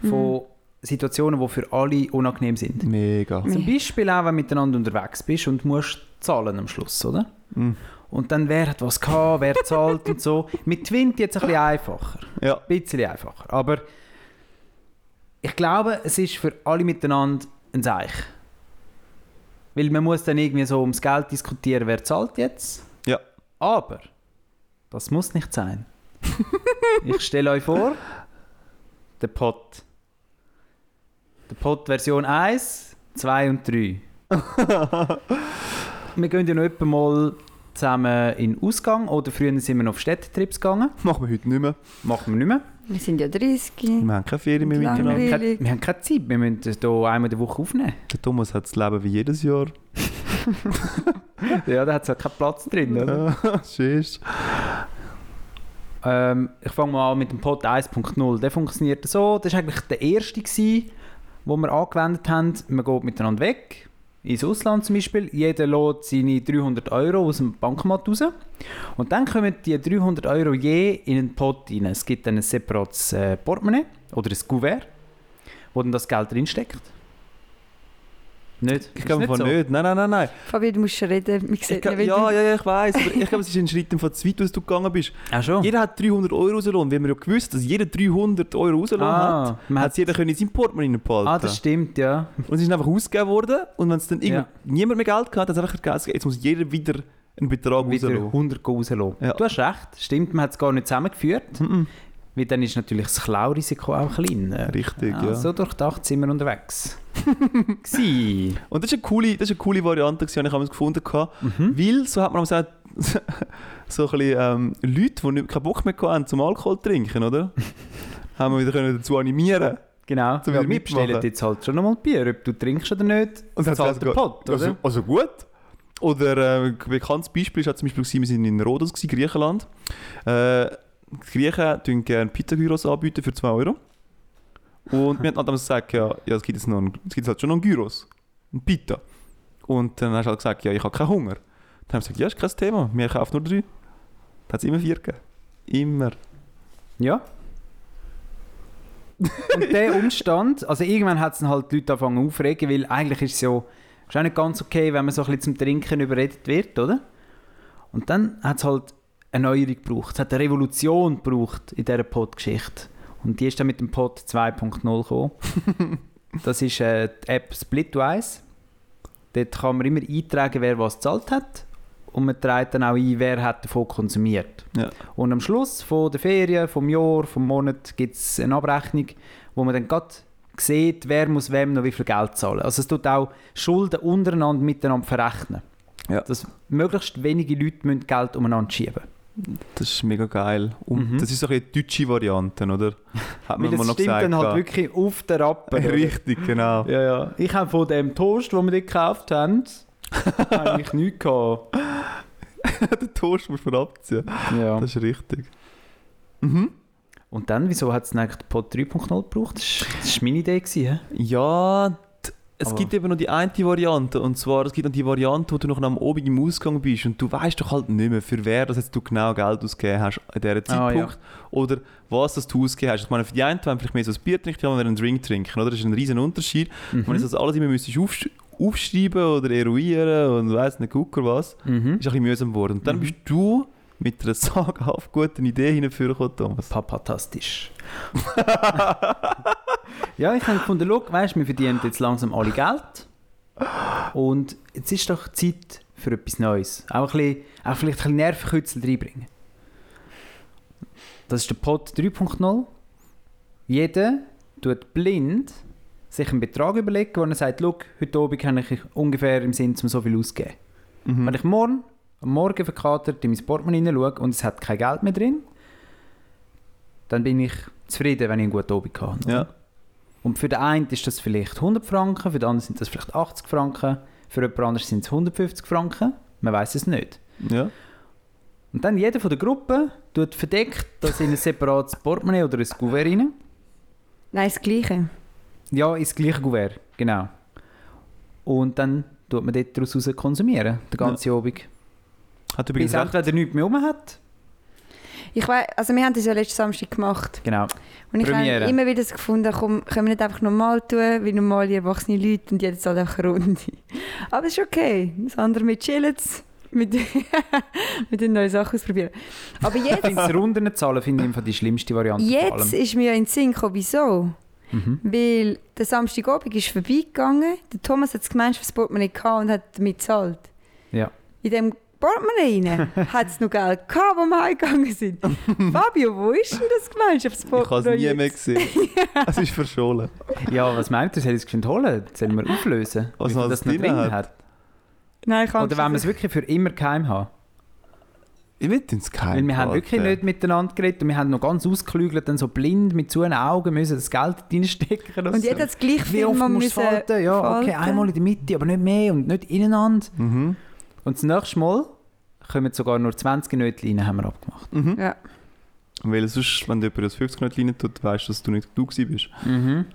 von Situationen, die für alle unangenehm sind. Mega. Zum Beispiel auch, wenn du miteinander unterwegs bist und musst zahlen am Schluss, oder? Mhm. Und dann, wer hat was gehabt, wer zahlt und so. Mit Twint jetzt ein bisschen einfacher. Ja. Ein bisschen einfacher. Aber ich glaube, es ist für alle miteinander ein Seich. Weil man muss dann irgendwie so ums Geld diskutieren, wer zahlt jetzt. Ja. Aber das muss nicht sein. ich stelle euch vor, der Pott. Der Pott Version 1, 2 und 3. wir gehen ja noch etwa mal zusammen in den Ausgang oder früher sind wir noch auf Städtetrips gegangen. Machen wir heute nicht mehr. Machen wir nicht mehr. Wir sind ja 30. Wir haben keine Ferien mehr Und lange miteinander. Wir haben, keine, Billig. wir haben keine Zeit, wir müssen das hier einmal in der Woche aufnehmen. Der Thomas hat das Leben wie jedes Jahr. Ja, da hat es halt keinen Platz drin, oder? Tschüss. Ähm, ich fange mal an mit dem Pod 1.0. Der funktioniert so, das war eigentlich der erste, gewesen, wo wir angewendet haben. Man geht miteinander weg, ins Ausland zum Beispiel. Jeder lädt seine 300 Euro aus dem Bankomat raus. Und dann kommen die 300 Euro je in einen Pot rein. Es gibt dann ein separates äh, Portemonnaie oder ein Kuvert, wo dann das Geld drinsteckt. Nicht? Ich Ist glaube nicht von so? nicht. Nein, nein, nein, nein. Fabio, du musst schon reden, wir Ich sehen glaub, nicht, ja, weil ja, ja, ich weiß. Aber ich glaube, es ist ein Schritt von zu weit, dass du gegangen bist. Ach schon. Jeder hat 300 Euro rausgelassen. Wir haben ja gewusst, dass jeder 300 Euro rausgelassen Ah, hat. man Man hat- hat jeder können in sein Portemonnaie reinbehalten. Ah, das stimmt, ja. Und es ist einfach ausgegeben worden. Und wenn es dann irgend- Ja. niemand mehr Geld hatte, hat es einfach gegeben. Jetzt muss jeder wieder einen Betrag wieder rauslassen. 100 rauslassen. Ja. Du hast recht, stimmt, man hat es gar nicht zusammengeführt. Weil dann ist natürlich das Klaurisiko auch kleiner. Richtig, Ah, ja. So durchdacht sind wir unterwegs. Gsi. Und das ist eine coole, das ist eine coole Variante, gewesen, die ich damals gefunden habe. Mhm. Weil, so hat man gesagt, so ein bisschen, ähm, Leute, die nicht, keinen Bock mehr hatten zum Alkohol zu trinken, oder? haben wir wieder können dazu animieren genau. Zum Ja, wieder wir mitmachen. bestellen jetzt halt schon nochmal Bier, ob du trinkst oder nicht. das Und hat zahlt der gesagt, Pott, oder? Also, also gut. Oder äh, ein bekanntes Beispiel war zum Beispiel, gewesen, wir sind in Rhodos, gewesen, Griechenland. Äh, die Griechen tun gerne Pizza-Gyros anbieten für 2 Euro. Und wir haben dann damals gesagt, ja, ja es, gibt jetzt noch einen, es gibt halt schon noch einen Gyros, einen Pita. Und dann hast du halt gesagt, ja, ich habe keinen Hunger. Dann haben sie gesagt, ja, ist kein Thema, wir kaufen nur drei. Dann hat es immer vier gegeben. Immer. Ja. Und der Umstand, also irgendwann hat es dann halt die Leute angefangen aufregen, weil eigentlich ist es ja ist auch nicht ganz okay, wenn man so ein bisschen zum Trinken überredet wird, oder? Und dann hat es halt eine Neuerung gebraucht. Es hat eine Revolution gebraucht in dieser Pod-Geschichte. Und die ist dann mit dem Pod 2.0 gekommen. das ist äh, die App Splitwise. Dort kann man immer eintragen, wer was gezahlt hat. Und man trägt dann auch ein, wer hat davon konsumiert. Ja. Und am Schluss von der Ferien, vom Jahr, vom Monat gibt es eine Abrechnung, wo man dann gerade sieht, wer muss wem noch wie viel Geld zahlen. Also es tut auch Schulden untereinander miteinander verrechnen. Ja. Dass möglichst wenige Leute müssen Geld umeinander schieben Das ist mega geil. Und Mhm. das ist so ein bisschen die deutsche Variante, oder? Weil Hat man mal das noch stimmt gesagt. dann halt ja. wirklich auf der Rappe. oder? Richtig, genau. Ja, ja. Ich habe von dem Toast, den wir dort gekauft haben, eigentlich nichts gehabt. Den Toast muss man abziehen. Ja. Das ist richtig. Mhm. Und dann, wieso hat es eigentlich die Pod 3.0 gebraucht? Das war meine Idee. Gewesen, hä? Ja, d- es Aber- gibt eben noch die eine Variante. Und zwar, es gibt noch die Variante, wo du noch am Abend im Ausgang bist und du weißt doch halt nicht mehr, für wer das jetzt du genau Geld ausgegeben hast an diesem Ah, ja. Zeitpunkt. Oder was das du ausgegeben hast. Ich meine, für die einen wollen vielleicht mehr so ein Bier trinken, die anderen einen Drink trinken. Oder? Das ist ein riesen Unterschied. Mhm. Wenn du das alles immer müsstest aufsch aufschreiben oder eruieren und weiss nicht, gucken was, Mhm. ist ein bisschen mühsam geworden. Und dann bist du mit einer sagenhaft guten Idee hinführen, Thomas. Papatastisch. ja, ich habe gefunden, schau, weißt, wir verdienen jetzt langsam alle Geld. Und jetzt ist doch Zeit für etwas Neues. Auch, ein bisschen, auch vielleicht ein bisschen Nervenkürzel reinbringen. Das ist der Pod 3.0. Jeder tut blind sich einen Betrag überlegen, wo er sagt, schau, heute Abend habe ich ungefähr im Sinn, um so viel auszugeben. Wenn ich morgen, am Morgen verkatert in mein Portemonnaie hineinschaue und es hat kein Geld mehr drin, dann bin ich zufrieden, wenn ich einen guten Abend habe. Ja. Und für den einen ist das vielleicht 100 Franken, für den anderen sind das vielleicht 80 Franken, für jemand anderes sind es 150 Franken. Man weiß es nicht. Ja. Und dann jeder von der Gruppe tut verdeckt das in ein separates Portemonnaie oder ein Gouvert rein. Nein, das Gleiche. Ja, ins gleiche Gouvert, genau. Und dann tut man dort daraus raus konsumieren, den ganzen Abend. Hat Bis übrigens recht. entweder nichts mehr rum hat. Ich weiß, also wir haben das ja letzten Samstag gemacht. Genau. Und ich Premiere. habe immer wieder das gefunden, komm, können wir nicht einfach normal tun, wie normale erwachsene Leute und jeder zahlt einfach eine Runde. Aber es ist okay. Das andere mit chillen, mit, mit den neuen Sachen ausprobieren. Aber Ich finde, jetzt, das Runden zahlen finde ich einfach die schlimmste Variante vor jetzt allem. ist mir in den Sinn gekommen, wieso? Mhm. Weil der Samstagabend ist vorbeigegangen, der Thomas hat das gemeinschafts Portemonnaie gehabt und hat damit gezahlt. Ja. In dem Portemonnaie rein hat es noch Geld gehabt, wo wir heimgegangen sind. Fabio, wo ist denn das gemeinschafts Ich habe Portemonnaie es nie mehr jetzt? gesehen. es ist verschollen. Ja, was meint ihr? Soll ich es geschwind holen? Sollen wir auflösen? Was wie viel noch das drin hat? Nein, ich Oder habe wollen wir es wirklich für immer geheim haben? Ich will ins Geheim. Weil wir haben wirklich nicht miteinander geredet und wir haben noch ganz ausgeklügelt, dann so blind mit zu den Augen müssen das Geld reinstecken. Und jeder hat das gleich Wie viel oft man musst du müssen falten? Ja, okay, falten. einmal in der Mitte, aber nicht mehr und nicht ineinander. Mhm. Und das nächste Mal kommen sogar nur 20 Nötchen rein, haben wir abgemacht. Mhm. Ja. Weil sonst, wenn jemand das 50 nicht rein tut, weißt du, dass du nicht du gewesen bist.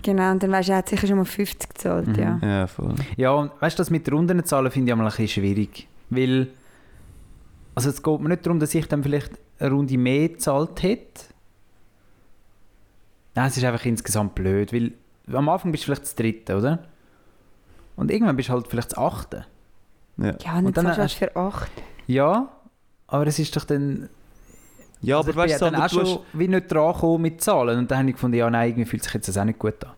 Genau, und dann weißt du, er hat sicher schon mal 50 gezahlt, Ah. ja. Ja, voll. Mhm. Ja, und weißt du, das mit Runden zahlen finde ich einmal ein bisschen schwierig. Weil, also es geht mir nicht darum, dass ich dann vielleicht eine Runde mehr gezahlt hätte. Nein, es ist einfach insgesamt blöd, weil am Anfang bist du vielleicht das Dritte, oder? Und irgendwann bist du halt vielleicht das Achte. Ja, und, Und dann dann äh, zahlst du erst für 8. Ja, aber es ist doch dann... Ja, also aber ich weißt du, bin ja dann Sandra, auch du hast, schon wie nicht dran gekommen mit Zahlen. Und dann habe ich gefunden, ja nein, irgendwie fühlt sich jetzt das auch nicht gut an.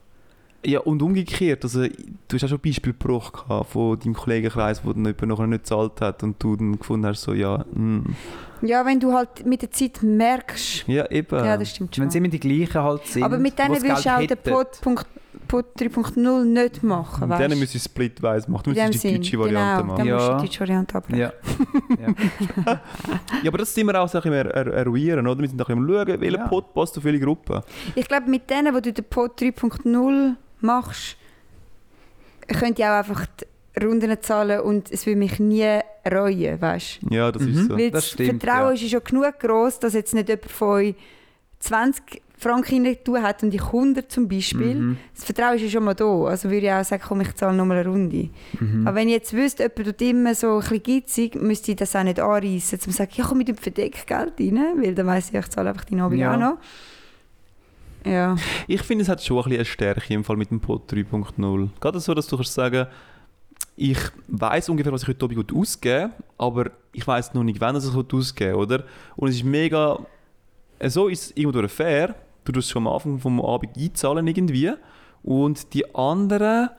ja, und umgekehrt, also, du hast auch schon Beispiel gebracht gehabt von deinem Kollegenkreis, wo dann jemand nachher nicht gezahlt hat und du dann gefunden hast, so, ja, mm. Ja, wenn du halt mit der Zeit merkst. ja, eben. Ja, das stimmt schon. Wenn es immer die gleichen halt sind, Aber mit denen die das willst du auch Geld den hätten. Pod, Punkt, Pod 3.0 nicht machen, und weißt dann müssen sie Splitwise machen, du In dem müsstest die Sinn, deutsche Variante genau, machen. Dann musst Ja. du die deutsche Variante abbrechen. Ja. Ja, aber das sind wir auch so ein bisschen mehr er- eruieren, oder? Wir sind auch ein bisschen am Schauen, welcher Ja. Pod passt zu viele Gruppen. Ich glaube, mit denen, die du den Pod 3.0 machst, könnte ich auch einfach die Runden zahlen und es würde mich nie reuen, weißt du? Ja, das ist Mhm. so. Weil Das das stimmt, Vertrauen ja. ist ja schon genug groß, dass jetzt nicht jemand von euch 20 Franken rein tun hat und ich 100 zum Beispiel. Mhm. Das Vertrauen ist ja schon mal da. Also würde ich auch sagen, komm, ich zahle nochmal eine Runde. Mhm. Aber wenn ich jetzt wüsste, jemand tut immer so ein bisschen gitzig, müsste ich das auch nicht anreißen, um zu sagen, ja, komm mit dem Verdeckgeld rein, weil dann weiss ich, ich zahle einfach deinen Abend Ja. auch noch. Ja. Ich finde, es hat schon ein bisschen eine Stärke im Fall mit dem Pod 3.0. Gerade so, dass du kannst sagen, ich weiß ungefähr, was ich heute Abend gut ausgebe, aber ich weiß noch nicht, wann ich es gut ausgebe, oder? Und es ist mega. äh, So ist es irgendwo durch fair. Du tust schon am Anfang vom Abend einzahlen irgendwie. Und die anderen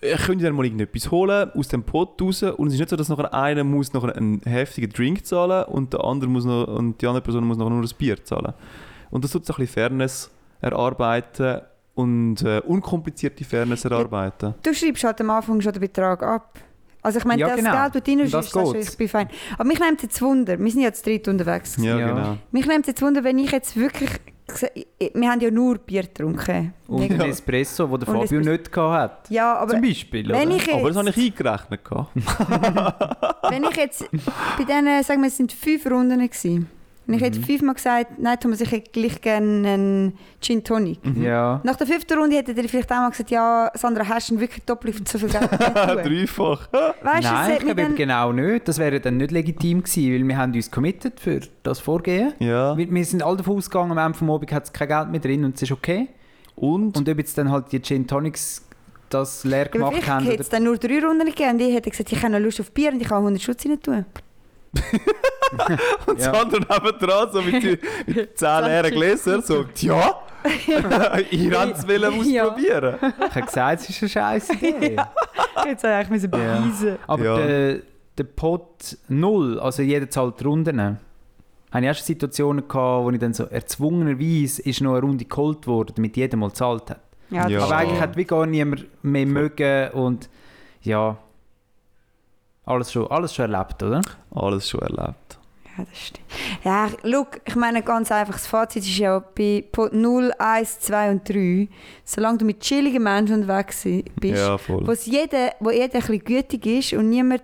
äh, können dir dann mal irgendetwas holen aus dem Pot raus. Und es ist nicht so, dass nachher einer muss nachher einen heftigen Drink zahlen und der andere muss noch, und die andere Person muss nachher nur das Bier zahlen. Und das tut so ein bisschen Fairness erarbeiten und äh, unkomplizierte Fairness erarbeiten. Du schreibst halt am Anfang schon den Betrag ab. Also ich meine, Ja, das genau. Geld, das du Um das reinschießt, das geht's. ist- ich bin fein. Aber mich nimmt es jetzt Wunder, wir sind ja zu dritt unterwegs. Ja, Ja. genau. Mich nimmt es jetzt Wunder, wenn ich jetzt wirklich... gse- ich- ich- Wir haben ja nur Bier getrunken. Und Wegen- ein Espresso, den der Und Fabio Espresso. nicht gehabt hat. Ja, aber Zum Beispiel, wenn oder? ich jetzt... Aber das habe ich eingerechnet. gehabt. Wenn ich jetzt bei diesen, sagen wir, es sind fünf Runden gewesen. Und ich hätte Mhm. fünfmal gesagt, nein Thomas, ich hätte gleich gerne einen Gin Tonic. Ja. Nach der fünften Runde hätte ihr vielleicht auch mal gesagt, ja, Sandra, hast du denn wirklich doppelt so viel Geld gegeben? Dreifach. Weißt du, es Nein, ich hat mich glaube eben dann... genau nicht. Das wäre dann nicht legitim gewesen, weil wir haben uns committed für das Vorgehen. Ja. Wir, wir sind alle davon ausgegangen, am Ende vom Abend hat es kein Geld mehr drin und es ist okay. Und, Und ob jetzt dann halt die Gin Tonics das leer Ja, aber gemacht vielleicht haben hätte oder es dann nur drei Runden gegeben und ich hätte gesagt, ich habe noch Lust auf Bier und ich kann 100 Schutz rein tun. und Ja. das andere nebendran, so mit, die, mit 10 leeren Gläsern, so, ja, ich wollte es wollen Ja. ausprobieren. ich habe gesagt, es ist eine scheiße Idee. Jetzt habe ich mich beweisen Aber Ja. der, der Pot null, also jeder zahlt die Runden, habe ich auch schon Situationen gehabt, wo ich dann so erzwungenerweise ist noch eine Runde geholt worden, damit jeder mal gezahlt hat. Ja, Ja. das Aber stimmt. eigentlich hat wie gar niemand mehr mögen und ja, alles schon, alles schon erlebt, oder? Alles schon erlebt. Ja, das stimmt. Ja, look, ich meine ganz einfach, das Fazit ist ja bei Punkt 0, 1, 2 und 3, solange du mit chilligen Menschen unterwegs si- bist, Ja, voll. wo jeder, wo jeder ein bisschen gütig ist und niemand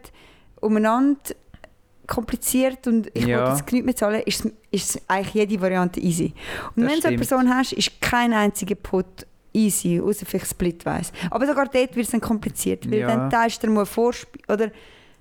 umeinander kompliziert und ich Ja. will jetzt nichts mehr zahlen, ist, ist eigentlich jede Variante easy. Und Das wenn du so eine stimmt. Person hast, ist kein einziger Pot easy, außer vielleicht Splitwise. Aber sogar dort wird es dann kompliziert, weil Ja. dann teilst du dir mal Vorspiel oder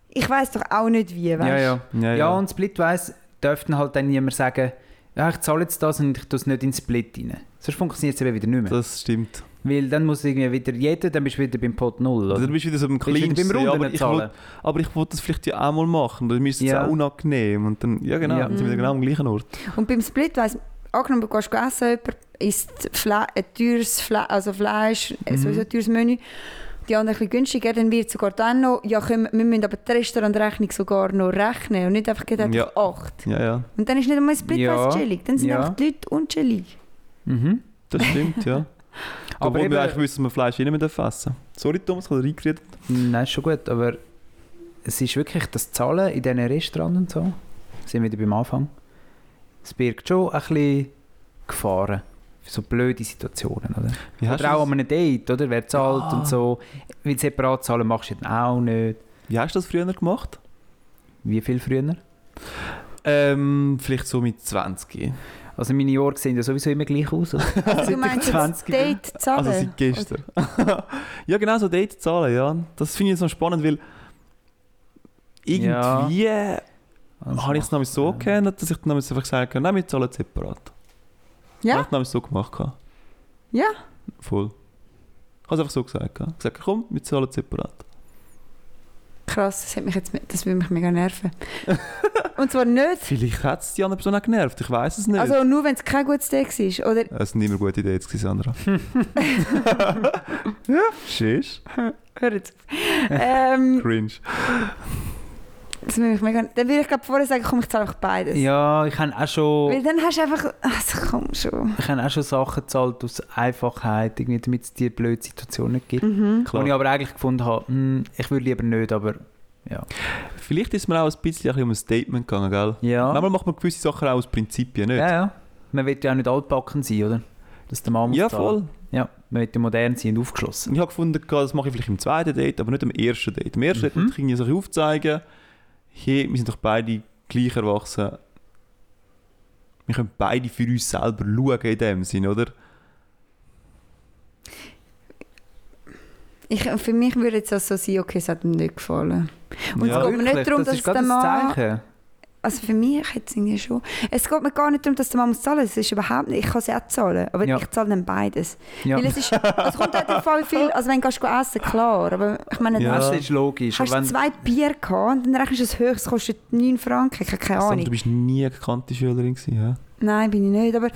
ich weiß doch auch nicht wie, weißt Ja, ja. Ja, Ja, ja. und Splitwise dürften halt dann niemand sagen, ja, ich zahle jetzt das und ich tue es nicht in den Split rein. Sonst funktioniert es eben wieder nicht mehr. Das stimmt. Weil dann muss irgendwie wieder jeder, dann bist du wieder beim Pot null Dann oder? bist Also du wieder so beim Bist du wieder Kleinsten. beim ja, Runden aber, ich zahlen. wollt- aber ich wollte das vielleicht ja auch mal machen. Dann ist es Ja. auch unangenehm. Und dann, ja genau, Ja. dann sind wir genau am gleichen Ort. Und beim Split weiss angenommen, du gehst essen, jemand isst Fle ein teures Fle also Fleisch, äh, sowieso ein teures Menü, die anderen ein bisschen günstiger, dann wird sogar dann noch, ja, können, wir müssen aber die Restaurantrechnung sogar noch rechnen und nicht einfach gedacht, Ja. acht. Ja, ja, Und dann ist nicht einmal ein Split Ja. ja. chillig, dann sind Ja. einfach die Leute unchillig. Mhm. das stimmt, ja. Aber Obwohl wir eigentlich eben, wissen, dass wir Fleisch nicht mehr dürfen essen Sorry Thomas, ich habe reingeredet. nein, ist schon gut, aber es ist wirklich das Zahlen in diesen Restaurants und so, sind wir wieder beim Anfang, es birgt schon ein bisschen Gefahren für so blöde Situationen, oder? Wie hast, du oder auch das, an einem Date, oder? Wer zahlt Ja. und so. Weil separat zahlen machst du dann auch nicht. wie hast du das früher gemacht? Wie viel früher? Ähm, vielleicht so mit 20. Also meine Jahre sehen ja sowieso immer gleich aus. oder? Also du Seit ich meinst jetzt 20 bin. Date zahlen? Also seit gestern. ja, genau, so Date zahlen, ja. Das finde ich jetzt noch spannend, weil irgendwie Also habe ich es nämlich so ja. geändert, dass ich dann nämlich einfach gesagt habe, nein, wir zahlen separat. Ich ja? habe es so gemacht. gehabt. Ja. Voll. Ich habe es einfach so gesagt. gehabt. Ich habe gesagt, komm, wir zahlen separat. Krass, das, hat mich jetzt, das würde mich mega nerven. und zwar nicht, Vielleicht hat es die andere Person auch genervt, ich weiß es nicht. also nur wenn es kein gutes Date war, oder das sind immer gute Ideen, jetzt, Sandra. ja, schisch. hör jetzt auf. Ähm, Cringe. Das würde mich mega... Dann würde ich glaube vorher sagen, komm, ich zahle einfach beides. Ja, ich habe auch Weil schon... dann hast du einfach... Also komm schon. Ich habe auch schon Sachen gezahlt aus Einfachheit, irgendwie, damit es dir blöde Situationen nicht gibt. Mhm. Wo ich Klar. aber eigentlich gefunden habe, hm, ich würde lieber nicht, aber Vielleicht ist mir auch ein bisschen ein bisschen um ein Statement gegangen, gell? ja. Manchmal macht man gewisse Sachen auch aus Prinzipien, nicht? ja, ja. Man will ja auch nicht altbacken sein, oder? Dass der Mann muss Ja, zahlen. voll. Ja, man will ja modern sein und aufgeschlossen. Ich habe gefunden, das mache ich vielleicht im zweiten Date, aber nicht am ersten Date. Am ersten Date Mhm. wollte ich irgendwie so ein bisschen aufzeigen, hey, wir sind doch beide gleich erwachsen. Wir können beide für uns selber schauen in dem Sinn, oder? Ich, für mich würde jetzt das so sein, okay, es hat mir nicht gefallen. Und es geht mir nicht darum, das dass ist gerade der ein Mann... Zeichen. Also für mich hat es irgendwie schon... Es geht mir gar nicht darum, dass der Mann muss zahlen. Es ist überhaupt nicht... Ich kann es auch zahlen. Aber Ja. ich zahle dann beides. Ja. Weil es ist... Es kommt auch darauf an, wie viel... Also wenn du gehst essen, klar. Aber ich meine... Ja. Das Hast ist logisch. hast aber du wenn- zwei Bier gehabt und dann rechnest du es hoch, es kostet 9 Franken, ich habe keine Also, Sandra, Ahnung. du bist nie eine gekannte Schülerin gewesen, ja? Nein, bin ich nicht, aber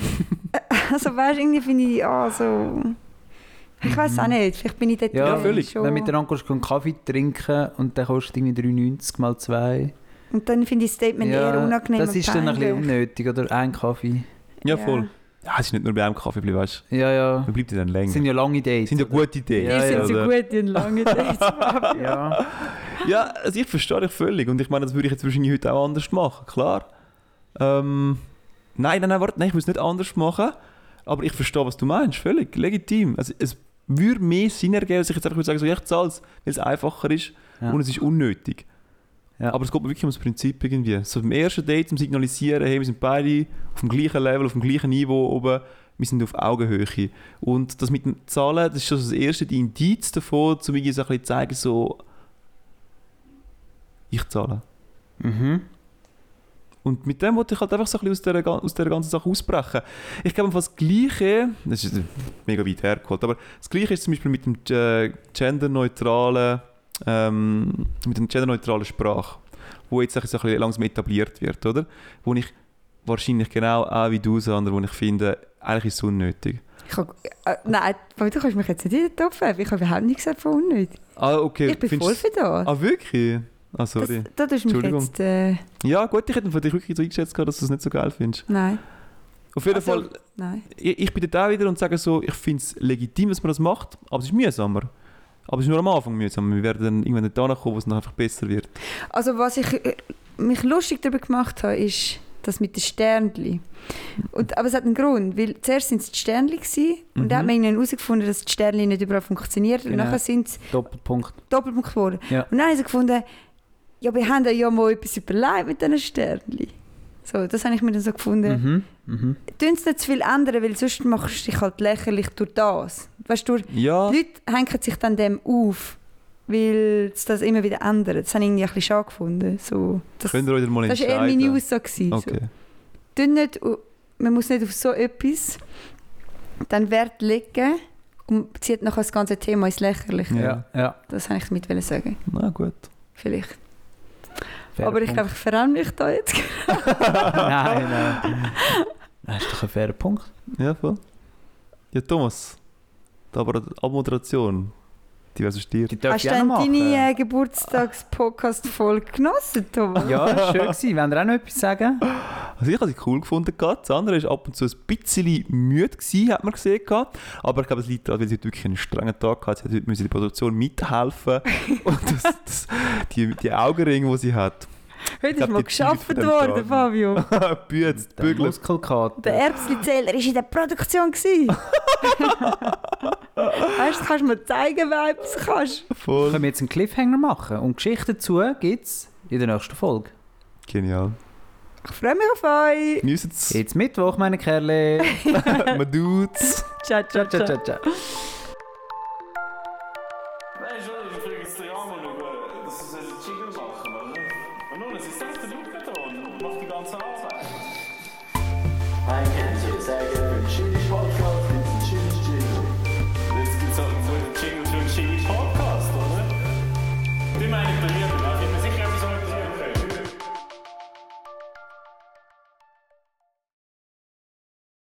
also weißt, irgendwie finde ich, ah, so... Ich weiß auch nicht, vielleicht bin ich dort Mhm. Ja, irgendwie völlig. schon... Wenn du miteinander kannst, einen Kaffee trinken und der kostet irgendwie 3,90 mal 2. Und dann finde ich das Statement eher unangenehm Das und ist dann ein bisschen peinlich. unnötig, oder? Ein Kaffee. Ja, voll. Ja, es ist nicht nur bei einem Kaffee geblieben, weißt Ja, du. ja. Man bleibt ja dann länger. Das sind ja lange Das Dates. sind ja gute Ideen. Ja, die sind ja, so oder? gut in langen Dates. Fabio. ja. Ja, also ich verstehe dich völlig. Und ich meine, das würde ich jetzt wahrscheinlich heute auch anders machen, klar. Ähm, nein, nein, nein, warte, nein, ich muss nicht anders machen. Aber ich verstehe, was du meinst, völlig legitim. Also, es würde mehr Sinn ergeben, als ich jetzt einfach würde sagen, so, ja, ich zahle es, weil es einfacher ist Ja. und es ist unnötig. Ja. Aber es geht mir wirklich ums Prinzip irgendwie. So beim ersten Date zum Signalisieren, hey, wir sind beide auf dem gleichen Level, auf dem gleichen Niveau oben, wir sind auf Augenhöhe. Und das mit dem Zahlen, das ist schon das erste die Indiz davon, um irgendwie so ein bisschen zu zeigen, so, ich zahle. Mhm. Und mit dem wollte ich halt einfach so ein bisschen aus dieser, gan- aus dieser ganzen Sache ausbrechen. Ich glaube, das Gleiche, das ist äh, mega weit hergeholt, aber das Gleiche ist zum Beispiel mit dem äh, genderneutralen, ähm, mit dem genderneutralen Sprache, wo jetzt ein bisschen so ein bisschen langsam etabliert wird, oder? Wo ich wahrscheinlich genau auch wie du, Sander, wo ich finde, eigentlich ist es unnötig. Ich hab, äh, nein, Fabio, du kannst mich jetzt nicht in den Topf werfen. Ich habe überhaupt nichts gesagt von unnötig. Ah, okay. Ich bin voll findest für da. du- Ah, wirklich? Ah, Das, sorry. da tust du mich Entschuldigung. jetzt... Äh, ja, gut, ich hätte von dich wirklich so eingeschätzt, gehabt, dass du es nicht so geil findest. nein, Auf jeden Also- Fall, nein. ich, ich bin da wieder und sage so, ich finde es legitim, dass man das macht, aber es ist mühsamer. Aber es ist nur am Anfang mühsamer. Wir werden dann irgendwann da kommen, wo es dann einfach besser wird. Also was ich äh, mich lustig darüber gemacht habe, ist das mit den Sternchen. Und, aber es hat einen Grund, weil zuerst waren es die Sternchen gewesen, und dann hat Mhm. man irgendwann herausgefunden, dass die Sternchen nicht überall funktionieren Genau. und nachher sind es Doppelpunkt. Doppelpunkt geworden. Ja. Und dann haben sie gefunden, ja, wir haben ja mal etwas überlegt mit diesen Sternchen. So, das habe ich mir dann so gefunden. Mhm. Mhm. tun es nicht zu viel ändern, weil sonst machst du dich halt lächerlich durch das. Weißt du, durch- Ja, die Leute hängen sich dann dem auf, weil sie das immer wieder ändern. Das habe ich irgendwie ein bisschen schade gefunden. So, das könnt ihr euch dann mal das war eher entscheiden. meine Aussage. gewesen, okay. So. Tun nicht, au- man muss nicht auf so etwas dann Wert legen und zieht nachher das ganze Thema ins Lächerliche. Ja. Ja. ja. Das wollte ich damit wollen sagen. Na gut. Vielleicht. Fairer Aber ich Punkt. glaube, ich verrenne mich da jetzt. nein, nein. Das ist doch ein fairer Punkt. Ja, voll. Ja, Thomas. Die Aber Abmoderation. Die wäre so stier. Die darf Hast ich du auch denn noch machen. deine äh, Geburtstagspodcast-Folge genossen, Thomas? Ja, schön gewesen. Wollt ihr auch noch etwas sagen? Also ich habe sie cool gefunden. gehabt. Das andere war ab und zu ein bisschen müde, gewesen, hat man gesehen. gehabt. Aber ich glaube, es liegt daran, weil sie heute wirklich einen strengen Tag hatte. Sie hat heute müssen in der Produktion mithelfen. und das, das, die, die Augenringe, die sie hat. Heute glaub, ist mal die Zeit geschafft von dem worden, Tag. Fabio. Der Büht, bügelt. Der Muskelkater. Erbsenzähler war in der Produktion. gewesen. weißt du, kannst du mir zeigen, wer etwas kannst. Voll. Können wir jetzt einen Cliffhanger machen? Und Geschichten dazu gibt es in der nächsten Folge. Genial. Ich freue mich auf euch. Genießt's. Jetzt Mittwoch, meine Kerle. Man dudes. Ciao, ciao, ciao, ciao, ciao. ciao, ciao. Nein, schon, ich frage es dir einmal, ob, äh, dass du solche Jingles machen oder? Und nun, es ist selbst der Luca da und macht die ganze Arbeit. I can't halt